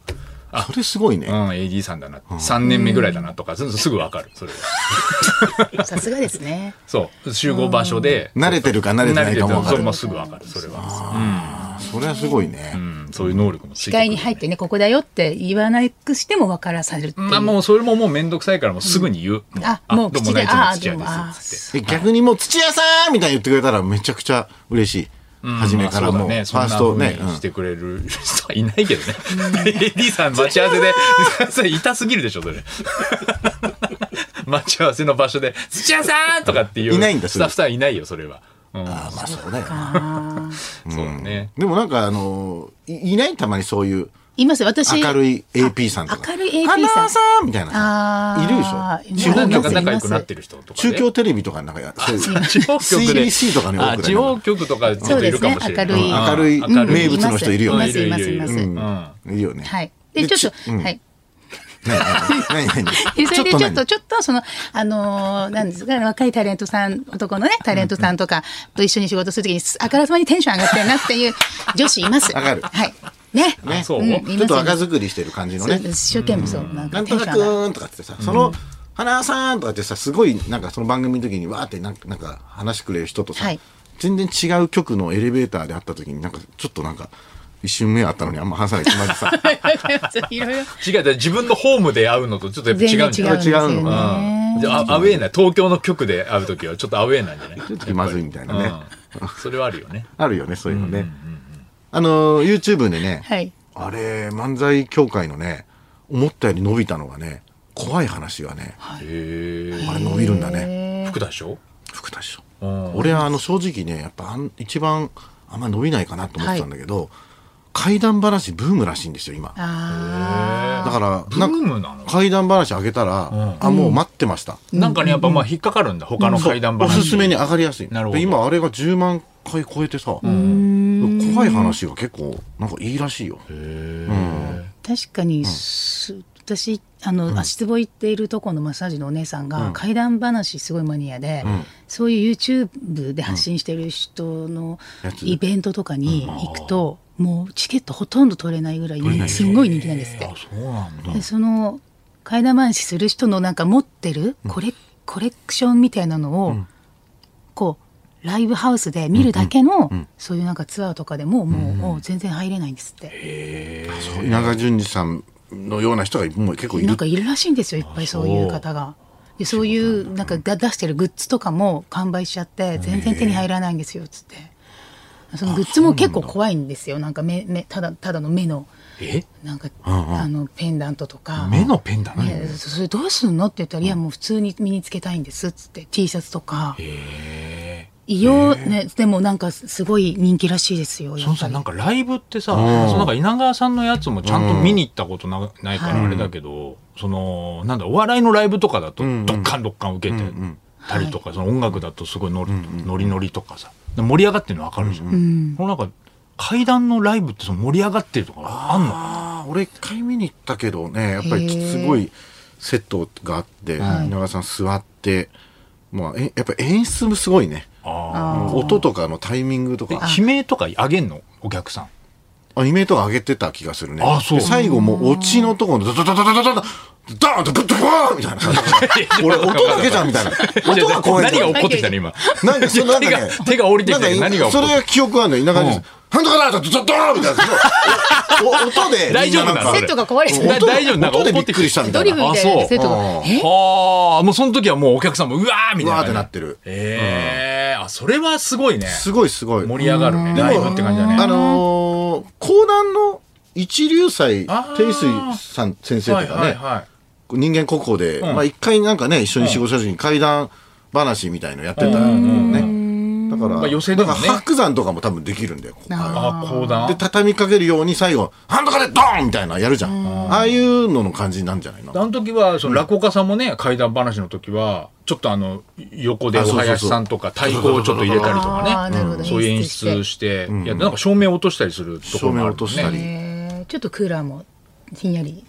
[SPEAKER 2] それすごい
[SPEAKER 1] うん、
[SPEAKER 2] ね。
[SPEAKER 1] AD さんだな。3年目ぐらいだなとか、すすぐわかる。それは
[SPEAKER 3] さすがですね
[SPEAKER 1] そう。集合場所で。
[SPEAKER 2] 慣れてるか慣れてないかもわか
[SPEAKER 1] それ
[SPEAKER 2] る。
[SPEAKER 1] もすぐわかる。それは。
[SPEAKER 2] それはすごいね。
[SPEAKER 1] うん。そういう能力も つい
[SPEAKER 3] 機
[SPEAKER 1] てくる
[SPEAKER 3] 械に入ってねここだよって言わなくしても分からされるっていう、
[SPEAKER 1] まあもうそれももうめんどくさいからもうすぐに言う。
[SPEAKER 3] あもう
[SPEAKER 1] ども
[SPEAKER 3] 口で
[SPEAKER 1] ないつも
[SPEAKER 3] あ
[SPEAKER 1] 土屋
[SPEAKER 3] でもあ
[SPEAKER 1] です。つって。
[SPEAKER 2] で逆にもう土屋さんみたいに言ってくれたらめちゃくちゃ嬉しい。初めから
[SPEAKER 1] まあそううだ
[SPEAKER 2] も、ファ
[SPEAKER 1] ね
[SPEAKER 2] ースト
[SPEAKER 1] そん
[SPEAKER 2] ね
[SPEAKER 1] な。
[SPEAKER 2] う
[SPEAKER 1] 風に
[SPEAKER 2] ん
[SPEAKER 1] してくれる 人はいないけどね。AD さん待ち合わせで、 それ痛すぎるでしょ、それ。 待ち合わせの場所で、土屋さんとかっていう。
[SPEAKER 2] いないんだ
[SPEAKER 1] ス
[SPEAKER 2] そ
[SPEAKER 1] タ
[SPEAKER 2] れ
[SPEAKER 1] ッフさんはいないよ、それは。うん、
[SPEAKER 2] あまあそうだよね。
[SPEAKER 1] そうだね。
[SPEAKER 2] でもなんかあのーいいないたまにそういう
[SPEAKER 3] います私
[SPEAKER 2] 明るい AP さんとか。
[SPEAKER 3] あ明るい AP さん
[SPEAKER 2] アナウンサーみたいな
[SPEAKER 3] あ
[SPEAKER 2] さ。
[SPEAKER 3] ー
[SPEAKER 2] いるでしょ
[SPEAKER 1] な
[SPEAKER 2] 地方
[SPEAKER 3] います
[SPEAKER 1] ん
[SPEAKER 2] 局
[SPEAKER 1] か
[SPEAKER 3] います
[SPEAKER 1] 仲良くなってる人とか、ね。
[SPEAKER 2] 中京テレビとかなんかやそういう。
[SPEAKER 1] 地方局で。
[SPEAKER 2] CBC とかね、
[SPEAKER 1] あ
[SPEAKER 2] 多く
[SPEAKER 1] 地方局とかちょっといるかもしれない。
[SPEAKER 3] そうですね
[SPEAKER 1] うん
[SPEAKER 2] 明るい
[SPEAKER 1] 明るい
[SPEAKER 2] 名物の人いるよね。
[SPEAKER 3] いますいますいます
[SPEAKER 1] う
[SPEAKER 2] うんんいるよね。
[SPEAKER 3] はいでちょっと、
[SPEAKER 2] うん
[SPEAKER 3] はい
[SPEAKER 2] 何何 何
[SPEAKER 3] で
[SPEAKER 2] 何
[SPEAKER 3] それでちょっと、
[SPEAKER 2] 何
[SPEAKER 3] ちょっと、その、あのーなんですか、若いタレントさん、男のね、タレントさんとかと一緒に仕事するときに、あからさまにテンション上がってるなっていう女子います。
[SPEAKER 2] わかる
[SPEAKER 3] はい。ね。
[SPEAKER 1] あそう
[SPEAKER 3] うんいます
[SPEAKER 2] ちょっと若作りしてる感じの
[SPEAKER 3] そう
[SPEAKER 2] ね。
[SPEAKER 3] 一生懸命そう、なん
[SPEAKER 2] な
[SPEAKER 3] か
[SPEAKER 2] ん
[SPEAKER 3] テ
[SPEAKER 2] と
[SPEAKER 3] ンショ
[SPEAKER 2] か
[SPEAKER 3] ン
[SPEAKER 2] く
[SPEAKER 3] 上がる。
[SPEAKER 2] ーんとかってさ、その、花さんとかってさ、すごい、なんかその番組の時にわーってなんか、なんか話してくれる人とさ、
[SPEAKER 3] はい
[SPEAKER 2] 全然違う局のエレベーターで会った時に、なんかちょっとなんか、一瞬目あったのにあんま話さない気まず さ、
[SPEAKER 3] いろいろ。
[SPEAKER 1] 違う、だから自分のホームで会うのとちょっとやっぱ違
[SPEAKER 3] 全然
[SPEAKER 1] う
[SPEAKER 3] 違うんんです
[SPEAKER 1] じゃな
[SPEAKER 3] よ
[SPEAKER 1] い
[SPEAKER 2] んじゃない違うの
[SPEAKER 3] ね。
[SPEAKER 1] じゃあアアウェーな東京の局で会う時はちょっとアウェーなんじゃ ない
[SPEAKER 2] ちょっと気まずいみたいなね。
[SPEAKER 1] うんそれはあるよね。
[SPEAKER 2] あるよね、そういうのね。あの、YouTube でね、
[SPEAKER 3] はい。
[SPEAKER 2] あれ、漫才協会のね、思ったより伸びたのがね、怖い話がね、あ
[SPEAKER 1] へ
[SPEAKER 2] れ伸びるんだね。
[SPEAKER 1] え。副大将
[SPEAKER 2] 福田師匠
[SPEAKER 1] うん
[SPEAKER 2] 俺はあの正直ねやっぱあん一番あんま伸びないかなと思ってたんだけど、怪談話ブームらしいんですよ今だ
[SPEAKER 3] あ
[SPEAKER 2] から
[SPEAKER 1] ブー
[SPEAKER 2] なんか
[SPEAKER 1] ムなの
[SPEAKER 2] 怪談話あげたら、あもう待ってました、
[SPEAKER 1] なんかね、やっぱまあ引っかかるんだ。他の階段
[SPEAKER 2] お
[SPEAKER 1] 話。
[SPEAKER 2] すすめに上がりやすい
[SPEAKER 1] なるほど
[SPEAKER 2] で今あれが10万回超えてさ怖い話が結構なんかいいらしいよ
[SPEAKER 3] ー確かに、す私、あの、足つぼ行っているとこのマッサージのお姉さんが、怪談話すごいマニアで、そういう YouTube で発信してる人の
[SPEAKER 2] うんやつ
[SPEAKER 3] イベントとかに行くと、もうチケットほとんど取れないぐらい、すんごい人気なんですって
[SPEAKER 1] あ、。そうなんだ。
[SPEAKER 3] でその怪談話する人のなんか持ってるコレ,、コレクションみたいなのを、こうライブハウスで見るだけの、そういうなんかツアーとかでももう,、全然入れないんですって、
[SPEAKER 2] そう稲川淳二さんのような人がもう結構いる
[SPEAKER 3] なんかいるらしいんですよいっぱいそういう方が。でそういうなんかが出してるグッズとかも完売しちゃって全然手に入らないんですよっつってそのグッズも結構怖いんですよなんか目目ただただの目の
[SPEAKER 1] え
[SPEAKER 3] なんか、
[SPEAKER 2] んうん
[SPEAKER 3] あのペンダントとか
[SPEAKER 1] 目のペンダント
[SPEAKER 3] ねそそれどうすんのって言ったら「いやもう普通に身につけたいんです」っつって T シャツとか異様ねでもなんかすごい人気らしいですよや
[SPEAKER 1] その
[SPEAKER 3] っぱ
[SPEAKER 1] さ
[SPEAKER 3] り
[SPEAKER 1] なんかライブってさ、そのなんか稲川さんのやつもちゃんと見に行ったことな,、いからあれだけど、そのなんだお笑いのライブとかだとドッカンドッカン受けてたりとか、その音楽だとすごいノリ,、ノリノリとかさで盛り上がってるの分かるじゃん、このなんか階段のライブってその盛り上がってるとかあんのか
[SPEAKER 2] ああ俺一回見に行ったけどねやっぱりすごいセットがあって稲川さん座って、まあ、えやっぱ演出もすごいね
[SPEAKER 1] なあ
[SPEAKER 2] 音とかのタイミングと
[SPEAKER 1] ーで
[SPEAKER 2] か
[SPEAKER 1] 悲鳴とかあげんのお客さん
[SPEAKER 2] あイメートが上げてた気がするね
[SPEAKER 1] あそう
[SPEAKER 2] で最後もうオチのところのドドドドドドドドドーンとブッドボーンみたいな感じ俺音だけじゃんみたいな音が怖いんだ
[SPEAKER 1] 何
[SPEAKER 2] よ
[SPEAKER 1] が起こってきたの今
[SPEAKER 2] なんかそのなん
[SPEAKER 1] 手、
[SPEAKER 2] か、ね
[SPEAKER 1] が手が降りてきてる
[SPEAKER 2] なんか
[SPEAKER 1] 何が起こ
[SPEAKER 2] そ
[SPEAKER 1] って
[SPEAKER 2] れが記憶あるのよ田舎です、
[SPEAKER 1] うん
[SPEAKER 2] ハンドカラーとドドドーンみたいなおお音で
[SPEAKER 1] 大丈夫なの
[SPEAKER 2] みんなんか
[SPEAKER 1] そ
[SPEAKER 3] セ
[SPEAKER 1] れ
[SPEAKER 3] ットが壊れて
[SPEAKER 1] だ
[SPEAKER 3] る
[SPEAKER 2] 音で
[SPEAKER 1] 大丈夫なんか
[SPEAKER 2] 音でびっくりしたみた
[SPEAKER 3] ド
[SPEAKER 2] い
[SPEAKER 3] リ
[SPEAKER 2] な
[SPEAKER 3] フみたいなやつセットが
[SPEAKER 2] あ
[SPEAKER 3] え
[SPEAKER 1] はあもうその時はもうお客さんもうわーみたいな
[SPEAKER 2] うわーってなってる
[SPEAKER 1] ええあそれはすごいね
[SPEAKER 2] すごいすごい
[SPEAKER 1] 盛り上がるね
[SPEAKER 2] でも
[SPEAKER 1] ライブって感じだね
[SPEAKER 2] あのー、講談の一流祭
[SPEAKER 1] あー
[SPEAKER 2] 定水さん先生とかね、
[SPEAKER 1] はい
[SPEAKER 2] 人間国宝で、まあ一回なんかね一緒に四五写真怪談話みたいのやってたのね、だから、
[SPEAKER 1] まあ寄席で
[SPEAKER 2] だ
[SPEAKER 1] も
[SPEAKER 2] か
[SPEAKER 1] ね
[SPEAKER 2] ら白山とかも多分できるんだよここ
[SPEAKER 1] あ講談
[SPEAKER 2] で畳みかけるように最後ハンドカレードーンみたいなやるじゃんああいうのの感じなんじゃないの
[SPEAKER 1] あの時はその落語家さんもね怪談話の時はちょっとあの横でお
[SPEAKER 2] あそうそうそう
[SPEAKER 1] 囃子さんとか太鼓をちょっと入れたりと
[SPEAKER 3] あ
[SPEAKER 1] か
[SPEAKER 3] ー
[SPEAKER 1] ね
[SPEAKER 3] なるほど
[SPEAKER 1] そういう演
[SPEAKER 3] 演出
[SPEAKER 1] 出していやなんか照明落としたりするところ
[SPEAKER 2] 照
[SPEAKER 1] も
[SPEAKER 2] 明
[SPEAKER 1] ある
[SPEAKER 2] 落としたり、
[SPEAKER 3] えーちょっとクーラーもひんやり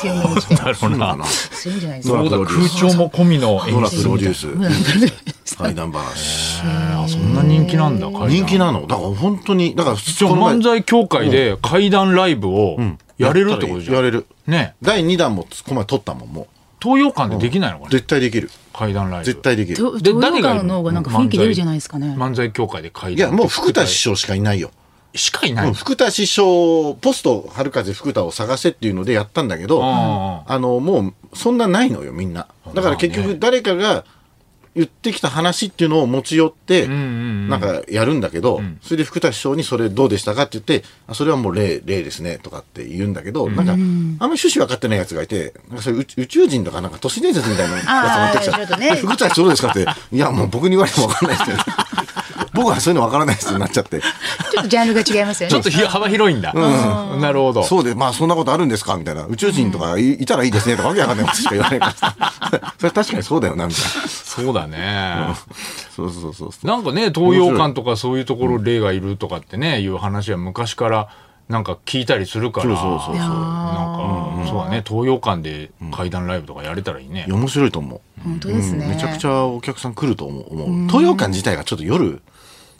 [SPEAKER 3] 強めにして
[SPEAKER 1] だろうな
[SPEAKER 3] するんじゃないです
[SPEAKER 1] そ
[SPEAKER 3] か
[SPEAKER 1] うだ空調も込みの
[SPEAKER 2] ノ
[SPEAKER 1] 演
[SPEAKER 2] ラ
[SPEAKER 1] 出
[SPEAKER 2] プロデュース怪談話
[SPEAKER 1] あそんな人気なんだ怪談
[SPEAKER 2] 人気なのだから本当にだから普
[SPEAKER 1] じゃあ漫才協会で怪談ライブをやれるってことじゃん
[SPEAKER 2] やれる
[SPEAKER 1] ね
[SPEAKER 2] 第2弾もこの前撮ったもんも
[SPEAKER 1] 東洋館でできないの
[SPEAKER 2] う
[SPEAKER 1] かね
[SPEAKER 2] 絶対できる
[SPEAKER 1] 怪談ライブ
[SPEAKER 2] 絶対できる
[SPEAKER 3] と東洋館の方がなんか雰囲気出るじゃないですかね
[SPEAKER 1] 漫才協会で怪談
[SPEAKER 2] いやもう福田師匠しかいないよ
[SPEAKER 1] しかいない
[SPEAKER 2] うん福田師匠ポスト春風福田を探せっていうのでやったんだけど、
[SPEAKER 1] ん
[SPEAKER 2] あのもうそんなないのよみんなだから結局誰かが言ってきた話っていうのを持ち寄ってなんかやるんだけど、それで福田師匠に「それどうでしたか?」って言って「あそれはもう例例ですね」とかって言うんだけど、なんかあんまり趣旨分かってないやつがいてなんかそれ宇宇宙人とかなんか都市伝説みたいなやつ持ってきちゃ
[SPEAKER 3] あーちょ
[SPEAKER 2] う
[SPEAKER 3] っとね
[SPEAKER 2] 福田師匠どうですか?」って「いやもう僕に言われても分かんないですよ」僕はそういうの分からないですになっちゃって。
[SPEAKER 3] ちょっとジャンルが違いますよ
[SPEAKER 1] ちょ
[SPEAKER 3] ね
[SPEAKER 1] っとひ幅広いんだ、なるほど
[SPEAKER 2] そうで、まあそんなことあるんですかみたいな。宇宙人とかい,、たらいいですねとかわけわかんないことしか言わないから。 それ確かにそうだよな、みたいな。
[SPEAKER 1] そうだね、
[SPEAKER 2] そうそうそうそう。
[SPEAKER 1] なんかね東洋館とかそういうところ霊がいるとかってねいう話は昔からなんか聞いたりするから
[SPEAKER 2] そうそうそうそう
[SPEAKER 1] なんか、そうだね東洋館で怪談ライブとかやれたらいいね
[SPEAKER 2] い、や面白いと思う。
[SPEAKER 3] 本当ですね、
[SPEAKER 2] うんめちゃくちゃお客さん来ると思う。思う東洋館自体がちょっと夜、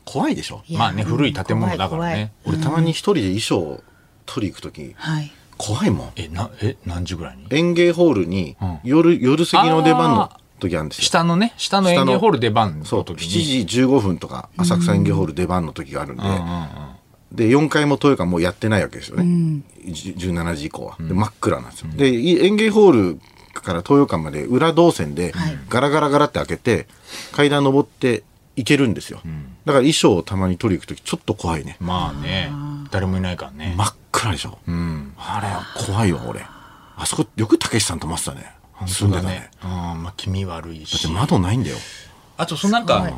[SPEAKER 2] 怖いでしょ
[SPEAKER 3] いや
[SPEAKER 1] まあね古い建物だから
[SPEAKER 3] 怖い怖
[SPEAKER 1] ね
[SPEAKER 3] い
[SPEAKER 2] 俺たまに一人で衣装取り行くとき、
[SPEAKER 3] はい
[SPEAKER 2] 怖いもん。
[SPEAKER 1] えなえ何時ぐらいに
[SPEAKER 2] 園芸ホールに夜、夜過ぎの出番の時あるんですよ。
[SPEAKER 1] 下のね下の演芸ホール出番の
[SPEAKER 2] そう
[SPEAKER 1] 時に
[SPEAKER 2] 7時15分とか浅草演芸ホール出番の時があるんで、で4階も豊川もうやってないわけですよね、じゅ17時以降はで真っ暗なんですよ、でい演芸ホールから東洋館まで裏動線でガラガラガラって開けて階段登って行けるんですよ、だから衣装をたまに取り行く時ちょっと怖いね
[SPEAKER 1] まあね誰もいないからね、
[SPEAKER 2] 真っ暗でしょ、あれ怖いわ俺あそこよくたけしさん泊まってたね住んで
[SPEAKER 1] だ
[SPEAKER 2] た
[SPEAKER 1] ね
[SPEAKER 2] ね、
[SPEAKER 1] うんまあ、気味悪い
[SPEAKER 2] だっ
[SPEAKER 1] して
[SPEAKER 2] 窓ないんだよ
[SPEAKER 1] あとそのなんか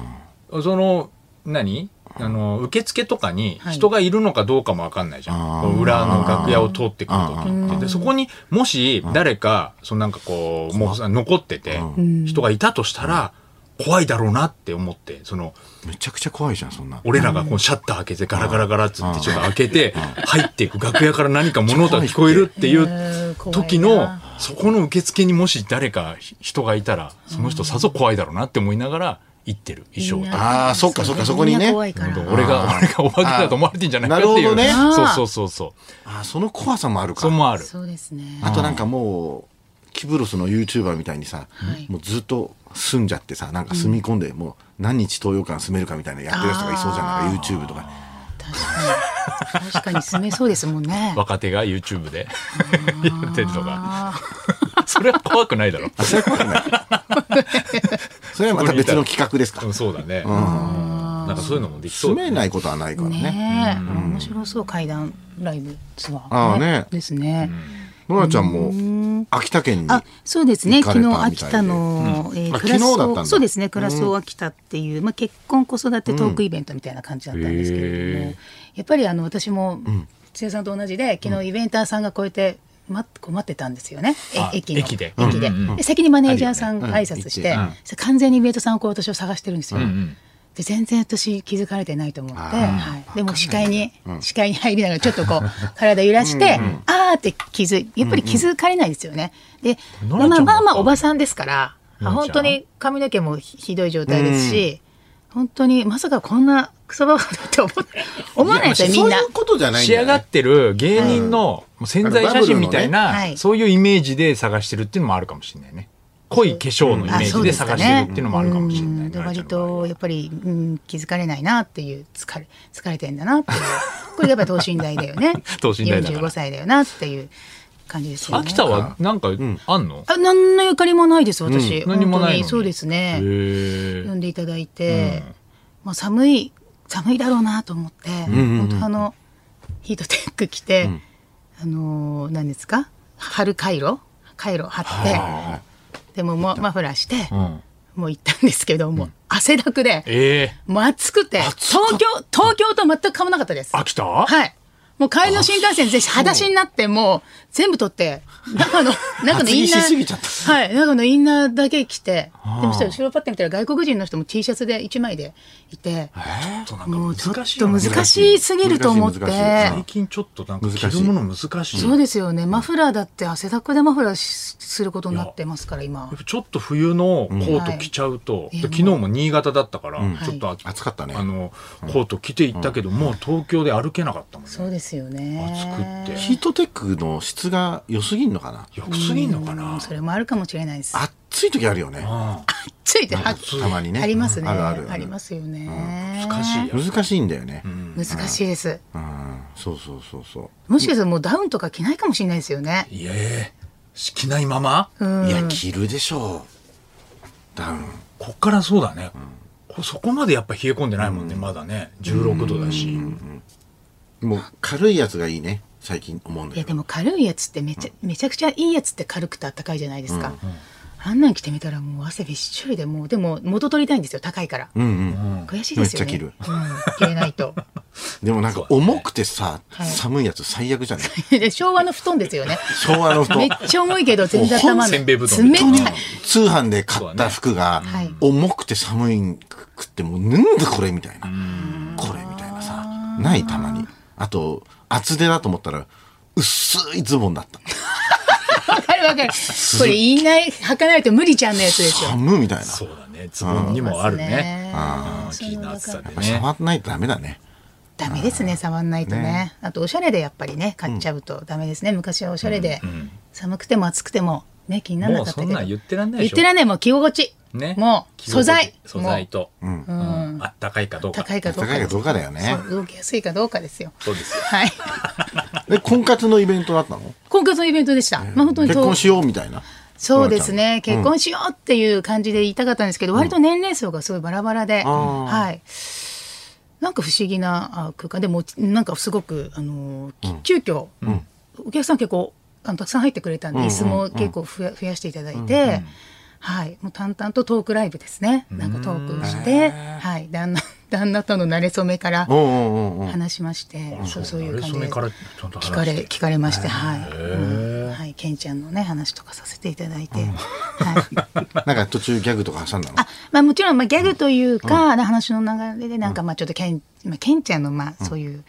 [SPEAKER 1] その何あの受付とかに
[SPEAKER 3] はい
[SPEAKER 1] 人がいるのかどうかもわかんないじゃん、こう裏の楽屋を通ってくる時ってでそこにもし誰かそのなんかこうもうさ残ってて人がいたとしたら怖いだろうなって思ってその
[SPEAKER 2] めちゃくちゃ怖いじゃんそんな
[SPEAKER 1] 俺らがこうシャッター開けてガラガラガラっつってちょっと開けて入っていく楽屋から何か物音が聞こえるってい
[SPEAKER 3] 怖いって
[SPEAKER 1] う時
[SPEAKER 3] うーん
[SPEAKER 1] の
[SPEAKER 3] 怖いな
[SPEAKER 1] そこの受付にもし誰か人がいたらその人さぞ怖いだろうなって思いながら行ってる衣装
[SPEAKER 3] い
[SPEAKER 1] と
[SPEAKER 3] や
[SPEAKER 1] か。
[SPEAKER 2] あーそっかそっかそこにね
[SPEAKER 3] みんな怖いから
[SPEAKER 1] 本当俺が俺がお化けだと思われてんじゃないかっていう
[SPEAKER 2] あーなる
[SPEAKER 3] ほどね
[SPEAKER 1] そうそうそうそう
[SPEAKER 2] あーその怖さもあるか
[SPEAKER 1] それもある
[SPEAKER 3] そうですね
[SPEAKER 2] あとなんかもう、キブロスの YouTuber みたいにさ、
[SPEAKER 3] い
[SPEAKER 2] もうずっと住んじゃってさ、なんか住み込んで、もう何日東洋館住めるかみたいなやってる人がいそうじゃんない、YouTube とか。
[SPEAKER 3] 確かに確かに住めそうですもん ね
[SPEAKER 1] 若手が YouTube で やってるとかそれは怖くないだろ
[SPEAKER 2] あ、それは怖くない。それはまた別の企画ですか
[SPEAKER 1] う。んそうだねなんかそういうのもできそ
[SPEAKER 2] 住
[SPEAKER 1] う
[SPEAKER 2] めないことはないからね。
[SPEAKER 3] ねえ、面白そう怪談ライブツアー、
[SPEAKER 2] ああね
[SPEAKER 3] ですね、
[SPEAKER 2] ノラちゃんも秋田県に。
[SPEAKER 3] あそうですね
[SPEAKER 2] 行かれ
[SPEAKER 3] 昨
[SPEAKER 2] たみ
[SPEAKER 3] 日秋
[SPEAKER 2] たいで
[SPEAKER 3] 田の、えー
[SPEAKER 2] あ
[SPEAKER 3] クラス
[SPEAKER 2] 昨日だったんだ
[SPEAKER 3] をそうですねクラスを秋田っていう、まあ、結婚子育てトークイベントみたいな感じだったんですけれども、やっぱりあの私も土屋さんと同じで昨日イベンターさんがこうやって待っ困ってたんですよね、え
[SPEAKER 1] あ
[SPEAKER 3] 駅の
[SPEAKER 1] 駅で
[SPEAKER 3] 駅で,、で先にマネージャーさんが挨拶して、
[SPEAKER 2] あるよ
[SPEAKER 1] ね
[SPEAKER 3] それ完全にイベントさんをこう私を探してるんですよ。
[SPEAKER 1] ん
[SPEAKER 3] で全然私気づかれてないと思って、はい、でも視界に、視界に入りながらちょっと こう体揺らして、あーって気づいやっぱり気づかれないですよね。で
[SPEAKER 1] ノラちゃ
[SPEAKER 3] まあ
[SPEAKER 1] ん
[SPEAKER 3] まあまあ
[SPEAKER 1] も
[SPEAKER 3] おばさんですから、
[SPEAKER 1] ノラちゃん
[SPEAKER 3] 本当に髪の毛もひひどい状態ですし、本当にまさかこんなクソバカだって思わない思わないですよみんな
[SPEAKER 2] そういうことじゃないん
[SPEAKER 1] 仕
[SPEAKER 2] だ
[SPEAKER 1] 上
[SPEAKER 2] よ
[SPEAKER 1] がっ。
[SPEAKER 2] ね
[SPEAKER 1] てる芸人のもう潜在写真みたい
[SPEAKER 3] あのバブルのねは
[SPEAKER 1] ないそういうイメージで探してるっていうのもあるかもしれないね濃い化粧のイメ
[SPEAKER 3] あ
[SPEAKER 1] ー
[SPEAKER 3] そう
[SPEAKER 1] ジです
[SPEAKER 3] か
[SPEAKER 1] 探
[SPEAKER 3] ね
[SPEAKER 1] してるっていうのもあるかもしれな
[SPEAKER 3] う
[SPEAKER 1] い
[SPEAKER 3] んで
[SPEAKER 1] ね
[SPEAKER 3] 割とやっぱり、うん、気づかれないなっていう疲れ 疲れてんだなっていうこれやっぱり等身大だよね
[SPEAKER 1] 等身大だから
[SPEAKER 3] 45歳だよなっていう感じですよね
[SPEAKER 1] 秋田はなんかあんの
[SPEAKER 3] あ何のゆかりもないです私、
[SPEAKER 1] 何もないのに
[SPEAKER 3] 本当にそうですね
[SPEAKER 1] へ
[SPEAKER 3] 呼
[SPEAKER 1] え
[SPEAKER 3] んでいただいて、まあ、寒い寒いだろうなと思って、本当あのヒートテック着て、あのー何ですか春カイロカイロ貼ってでももうマフラーして、
[SPEAKER 1] うん
[SPEAKER 3] もう行ったんですけども、汗だくで
[SPEAKER 1] ええ
[SPEAKER 3] もう暑くて東京東京と全く変わらなかったです。
[SPEAKER 1] 秋田
[SPEAKER 3] はい。もう帰りの新幹線、ぜひ裸足になって、もう全部取って、中の、中のインナー。
[SPEAKER 2] 厚着しすぎちゃっ
[SPEAKER 3] はい。中のインナーだけ着て、でもそしたら後ろパッて見たら外国人の人も T シャツで1枚でいて、
[SPEAKER 1] ちょっと
[SPEAKER 3] も
[SPEAKER 1] な
[SPEAKER 3] うんちょ
[SPEAKER 1] か
[SPEAKER 3] っ
[SPEAKER 1] 難しい
[SPEAKER 3] と
[SPEAKER 1] よね
[SPEAKER 3] 難しいすぎると思って
[SPEAKER 2] 難しい難しい。
[SPEAKER 1] 最近ちょっとなんか着
[SPEAKER 2] 難し
[SPEAKER 1] る
[SPEAKER 2] い
[SPEAKER 1] もの難しい
[SPEAKER 3] そうですよね。マフラーだって汗だくでマフラーしすることになってますから、今
[SPEAKER 1] やっ。ぱちょっと冬のコート着ちゃうと、
[SPEAKER 3] うん
[SPEAKER 1] で昨日も新潟だったから、ちょっとあ、
[SPEAKER 2] 暑かったね
[SPEAKER 1] あのコート着て行ったけど、もう東京で歩けなかったもんね
[SPEAKER 3] そうですよね。
[SPEAKER 1] 暑くって
[SPEAKER 2] ヒートテックの質が良すぎんのかな。
[SPEAKER 1] よくすぎんのか
[SPEAKER 3] う
[SPEAKER 1] なん
[SPEAKER 3] それもあるかもしれないです。
[SPEAKER 2] 暑い時あるよね。
[SPEAKER 1] ああ
[SPEAKER 3] ついては
[SPEAKER 2] たまにね。
[SPEAKER 3] ありますね。
[SPEAKER 2] あるある。
[SPEAKER 3] ありますよね。
[SPEAKER 1] 難しいや
[SPEAKER 2] 難しいんだよね。うん。
[SPEAKER 3] 難しいです。
[SPEAKER 2] そうそうそうそう。
[SPEAKER 3] もしかしたらもうダウンとか着ないかもしれないですよね。
[SPEAKER 1] いやえ着ないまま、
[SPEAKER 2] いや、着るでしょう。ダウン。
[SPEAKER 1] こっからそうだね、こそこまでやっぱ冷え込んでないもんね、まだね16度だし、
[SPEAKER 2] もう軽いやつがいいね。最近思うんだ
[SPEAKER 3] いや
[SPEAKER 2] け
[SPEAKER 3] で
[SPEAKER 2] ど。
[SPEAKER 3] も軽いやつってめちゃ,、めちゃくちゃいいやつって軽くてあったかいじゃないですか、あんなん着てみたらもう汗びっしょりでもうでも元取りたいんですよ高いから、
[SPEAKER 2] うんうん。
[SPEAKER 3] 悔しいです
[SPEAKER 2] めっち
[SPEAKER 3] よね
[SPEAKER 2] ゃ
[SPEAKER 3] 着る、うん、着れないと
[SPEAKER 2] でもなんか重くてさ、
[SPEAKER 3] い
[SPEAKER 2] 寒いやつ最悪じゃない
[SPEAKER 3] で昭和の布団ですよね
[SPEAKER 2] 昭 和の布
[SPEAKER 3] めっ
[SPEAKER 2] 団。
[SPEAKER 3] ちゃ重いけど全然頭
[SPEAKER 1] 本せんべい布団
[SPEAKER 3] 冷たい
[SPEAKER 2] 通販で買った服が
[SPEAKER 3] そうだね
[SPEAKER 2] 重くて寒くってもうなんだこれみたいなこれみたいなさないたまにあと厚手だと思ったら薄いズボンだった
[SPEAKER 3] わかるわかるこれ言いない履かないと無理ちゃんのやつですよ
[SPEAKER 2] 寒みたいなや
[SPEAKER 1] そうだねズボンにもあるね
[SPEAKER 3] あ
[SPEAKER 1] 気の暑さで
[SPEAKER 2] っぱ
[SPEAKER 1] ね
[SPEAKER 2] 触らないとダメだね
[SPEAKER 3] ダメですね触んないとねあとおしゃれでやっぱりね買っちゃうとダメですね、昔はおしゃれで、寒くても暑くてもね気にならなかったけど
[SPEAKER 1] もうそんなん言ってらんないでしょ
[SPEAKER 3] 言ってらんないもう着心地、
[SPEAKER 1] ね
[SPEAKER 3] もう
[SPEAKER 1] 着心
[SPEAKER 3] 素
[SPEAKER 1] 地
[SPEAKER 3] 材
[SPEAKER 1] 素材と、
[SPEAKER 3] もう、うん
[SPEAKER 1] あったかいかどうか
[SPEAKER 3] 高いかどう
[SPEAKER 2] 高
[SPEAKER 3] か
[SPEAKER 2] い
[SPEAKER 3] で
[SPEAKER 2] か
[SPEAKER 3] す
[SPEAKER 2] どうかだよね
[SPEAKER 3] そう動きやすいかどうかですよ
[SPEAKER 1] そうですよ
[SPEAKER 3] はい
[SPEAKER 2] で婚活のイベントだったの
[SPEAKER 3] 今回そのイベントでした、まあ本当に
[SPEAKER 2] 結
[SPEAKER 3] と
[SPEAKER 2] 婚しようみたいな
[SPEAKER 3] そうですね結婚しようっていう感じで言いたかったんですけど、割と年齢層がすごいバラバラで、
[SPEAKER 2] あー
[SPEAKER 3] はいなんか不思議なあ空間でもなんかすごく、あのーき急遽、お客さん結構あのたくさん入ってくれたんで、椅子も結構増や増やしていただいて、はい、もう淡々とトークライブですねなんかトークして、はい、旦那 旦那との馴れ初めから
[SPEAKER 2] うんうんうんうん
[SPEAKER 3] 話しまして、そうそういう感じ
[SPEAKER 1] 馴れ初
[SPEAKER 3] で
[SPEAKER 1] めからちゃんと話して
[SPEAKER 3] 聞かれ聞かれまして、はい、うんはい、ケンちゃんのね話とかさせていただいて、はい、
[SPEAKER 2] なんか途中ギャグとか挟んだの
[SPEAKER 3] あ、まあもちろんまあギャグというか、話の流れでなんかまあちょっとケン、まあケンちゃんのまあそういう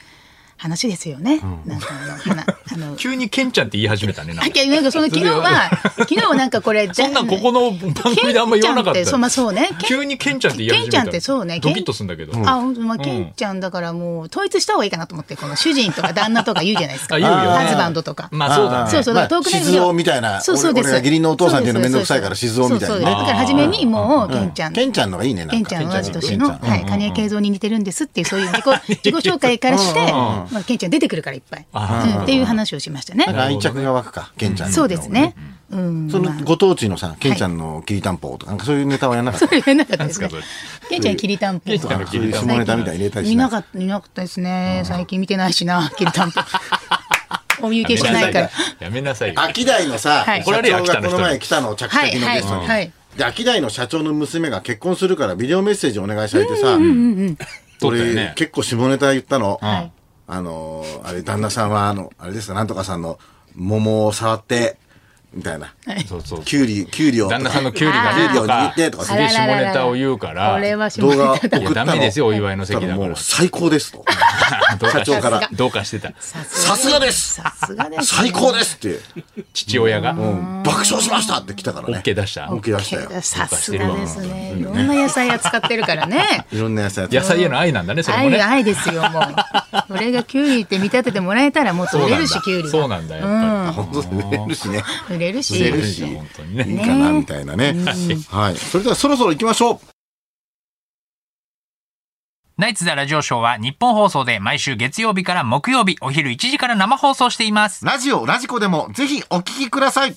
[SPEAKER 3] 話ですよね。なんかあの花 あの。
[SPEAKER 1] 急にケンちゃんって言い始めたねなん
[SPEAKER 3] あ
[SPEAKER 1] か
[SPEAKER 3] いやなんかその昨日は昨日はなんかこれじゃ
[SPEAKER 1] そんなんここの番組であんま言わなかっ
[SPEAKER 3] ケンちゃんて
[SPEAKER 1] た
[SPEAKER 3] そうまあそうね。ケン
[SPEAKER 1] 急にケンちゃんって言い始めた
[SPEAKER 3] ケンちゃんってそうね。ケン
[SPEAKER 1] ドキッとすんだけど、
[SPEAKER 3] あ、本当まあ、ケンちゃんだからもう統一した方がいいかなと思って、この主人とか旦那とか言うじゃないですか。
[SPEAKER 1] あ言うよね
[SPEAKER 3] ハズバンドとか。
[SPEAKER 1] まあそうだね
[SPEAKER 3] そうそう、
[SPEAKER 2] まあ
[SPEAKER 3] だからトークライブで
[SPEAKER 2] 静雄みたいな
[SPEAKER 3] そうそう
[SPEAKER 2] 俺
[SPEAKER 3] です。
[SPEAKER 2] 俺が義理のお父さんっていうの面倒くさいから
[SPEAKER 3] そうそう
[SPEAKER 2] 静雄みたいなね
[SPEAKER 3] そうそうだから初めにもう、ケンちゃん。
[SPEAKER 2] ケンちゃんのがいいねなんか
[SPEAKER 3] ケンちゃんは同じ年の、
[SPEAKER 2] ケンちゃん
[SPEAKER 3] はい、蟹江慶三に似てるんですっていう、そういう自己自己紹介からして、まあ、ケンちゃん出てくるからいっぱい、うんっていう話をしましたね。
[SPEAKER 2] 愛着が湧くか、ケンちゃんの
[SPEAKER 3] そうですね。うん。
[SPEAKER 2] そのご当地のさ、ケンちゃんのきりたんぽとか、なんかそういうネタはやらなかった。
[SPEAKER 3] 言えなかったですね
[SPEAKER 1] なんですか。
[SPEAKER 3] ケンちゃんきりたんぽ。
[SPEAKER 1] ケンちゃんの
[SPEAKER 2] そういう下ネタみたいに入れたりし
[SPEAKER 3] 見
[SPEAKER 2] な。
[SPEAKER 3] ないかった、見なかったですね。最近見てないしな、きりたん ぽ。お見受けしてないから。
[SPEAKER 1] やめなさいよ。
[SPEAKER 2] 秋代のさ、
[SPEAKER 3] はい
[SPEAKER 2] 社長がこの前来たの、着々
[SPEAKER 3] はい、
[SPEAKER 2] の
[SPEAKER 3] は
[SPEAKER 2] ゲ
[SPEAKER 3] い、
[SPEAKER 2] ストに。
[SPEAKER 3] はい。
[SPEAKER 2] で、秋代の社長の娘が結婚するからビデオメッセージお願いされてさ、俺、
[SPEAKER 1] ね
[SPEAKER 2] 結構下ネタ言ったの。
[SPEAKER 3] はい
[SPEAKER 2] あのー、あれ、旦那さんは、あの、あれですか、なんとかさんの桃を触って、みたいな。
[SPEAKER 1] そうそう。
[SPEAKER 2] キュウリ、キュウリをとか。
[SPEAKER 1] 旦那さんのキュウリがね
[SPEAKER 2] キュ
[SPEAKER 1] と
[SPEAKER 2] ウリを握
[SPEAKER 1] か
[SPEAKER 2] っ、てとか
[SPEAKER 1] すげえ下ネタを言うから。
[SPEAKER 3] これは下
[SPEAKER 2] 動
[SPEAKER 3] ネ
[SPEAKER 2] 画送
[SPEAKER 3] タ
[SPEAKER 2] った
[SPEAKER 1] い
[SPEAKER 3] だ。
[SPEAKER 1] やダ
[SPEAKER 2] の。
[SPEAKER 1] メですよお祝いの席だから
[SPEAKER 2] もう最高ですと。
[SPEAKER 1] どうかして
[SPEAKER 2] 社長から
[SPEAKER 1] どうかしてた。
[SPEAKER 2] さすがです
[SPEAKER 3] さすがですね。
[SPEAKER 2] 最高ですって、
[SPEAKER 1] 父親が。
[SPEAKER 2] 爆笑しましたって来たから
[SPEAKER 1] オ
[SPEAKER 2] ね。
[SPEAKER 1] ッケー出した。
[SPEAKER 2] OK 出したよ。
[SPEAKER 3] さすがですね。いろんな野菜扱ってるからね。
[SPEAKER 2] いろんな野菜やって
[SPEAKER 1] 野菜への愛なんだね、 それも
[SPEAKER 3] 愛
[SPEAKER 1] ね。
[SPEAKER 3] 愛ですよ、もう。それがキュウリって見立ててもらえたら、もっと
[SPEAKER 1] そう
[SPEAKER 3] 売
[SPEAKER 1] な
[SPEAKER 3] れ
[SPEAKER 1] ん
[SPEAKER 3] る
[SPEAKER 1] だ
[SPEAKER 3] し、キュウリ
[SPEAKER 1] そう
[SPEAKER 3] が。
[SPEAKER 1] なんだ、やっぱ
[SPEAKER 2] 本当ですね。売れるしね。売れ
[SPEAKER 3] 売れるし。
[SPEAKER 2] る
[SPEAKER 1] り。
[SPEAKER 2] し。
[SPEAKER 1] 本当にね。
[SPEAKER 2] いいかなみたいなね。はい。それではそろそろ行きましょう。
[SPEAKER 4] ナイツザラジオショーは日本放送で毎週月曜日から木曜日お昼1時から生放送しています。
[SPEAKER 2] ラジオ、ラジコでもぜひお聞きください。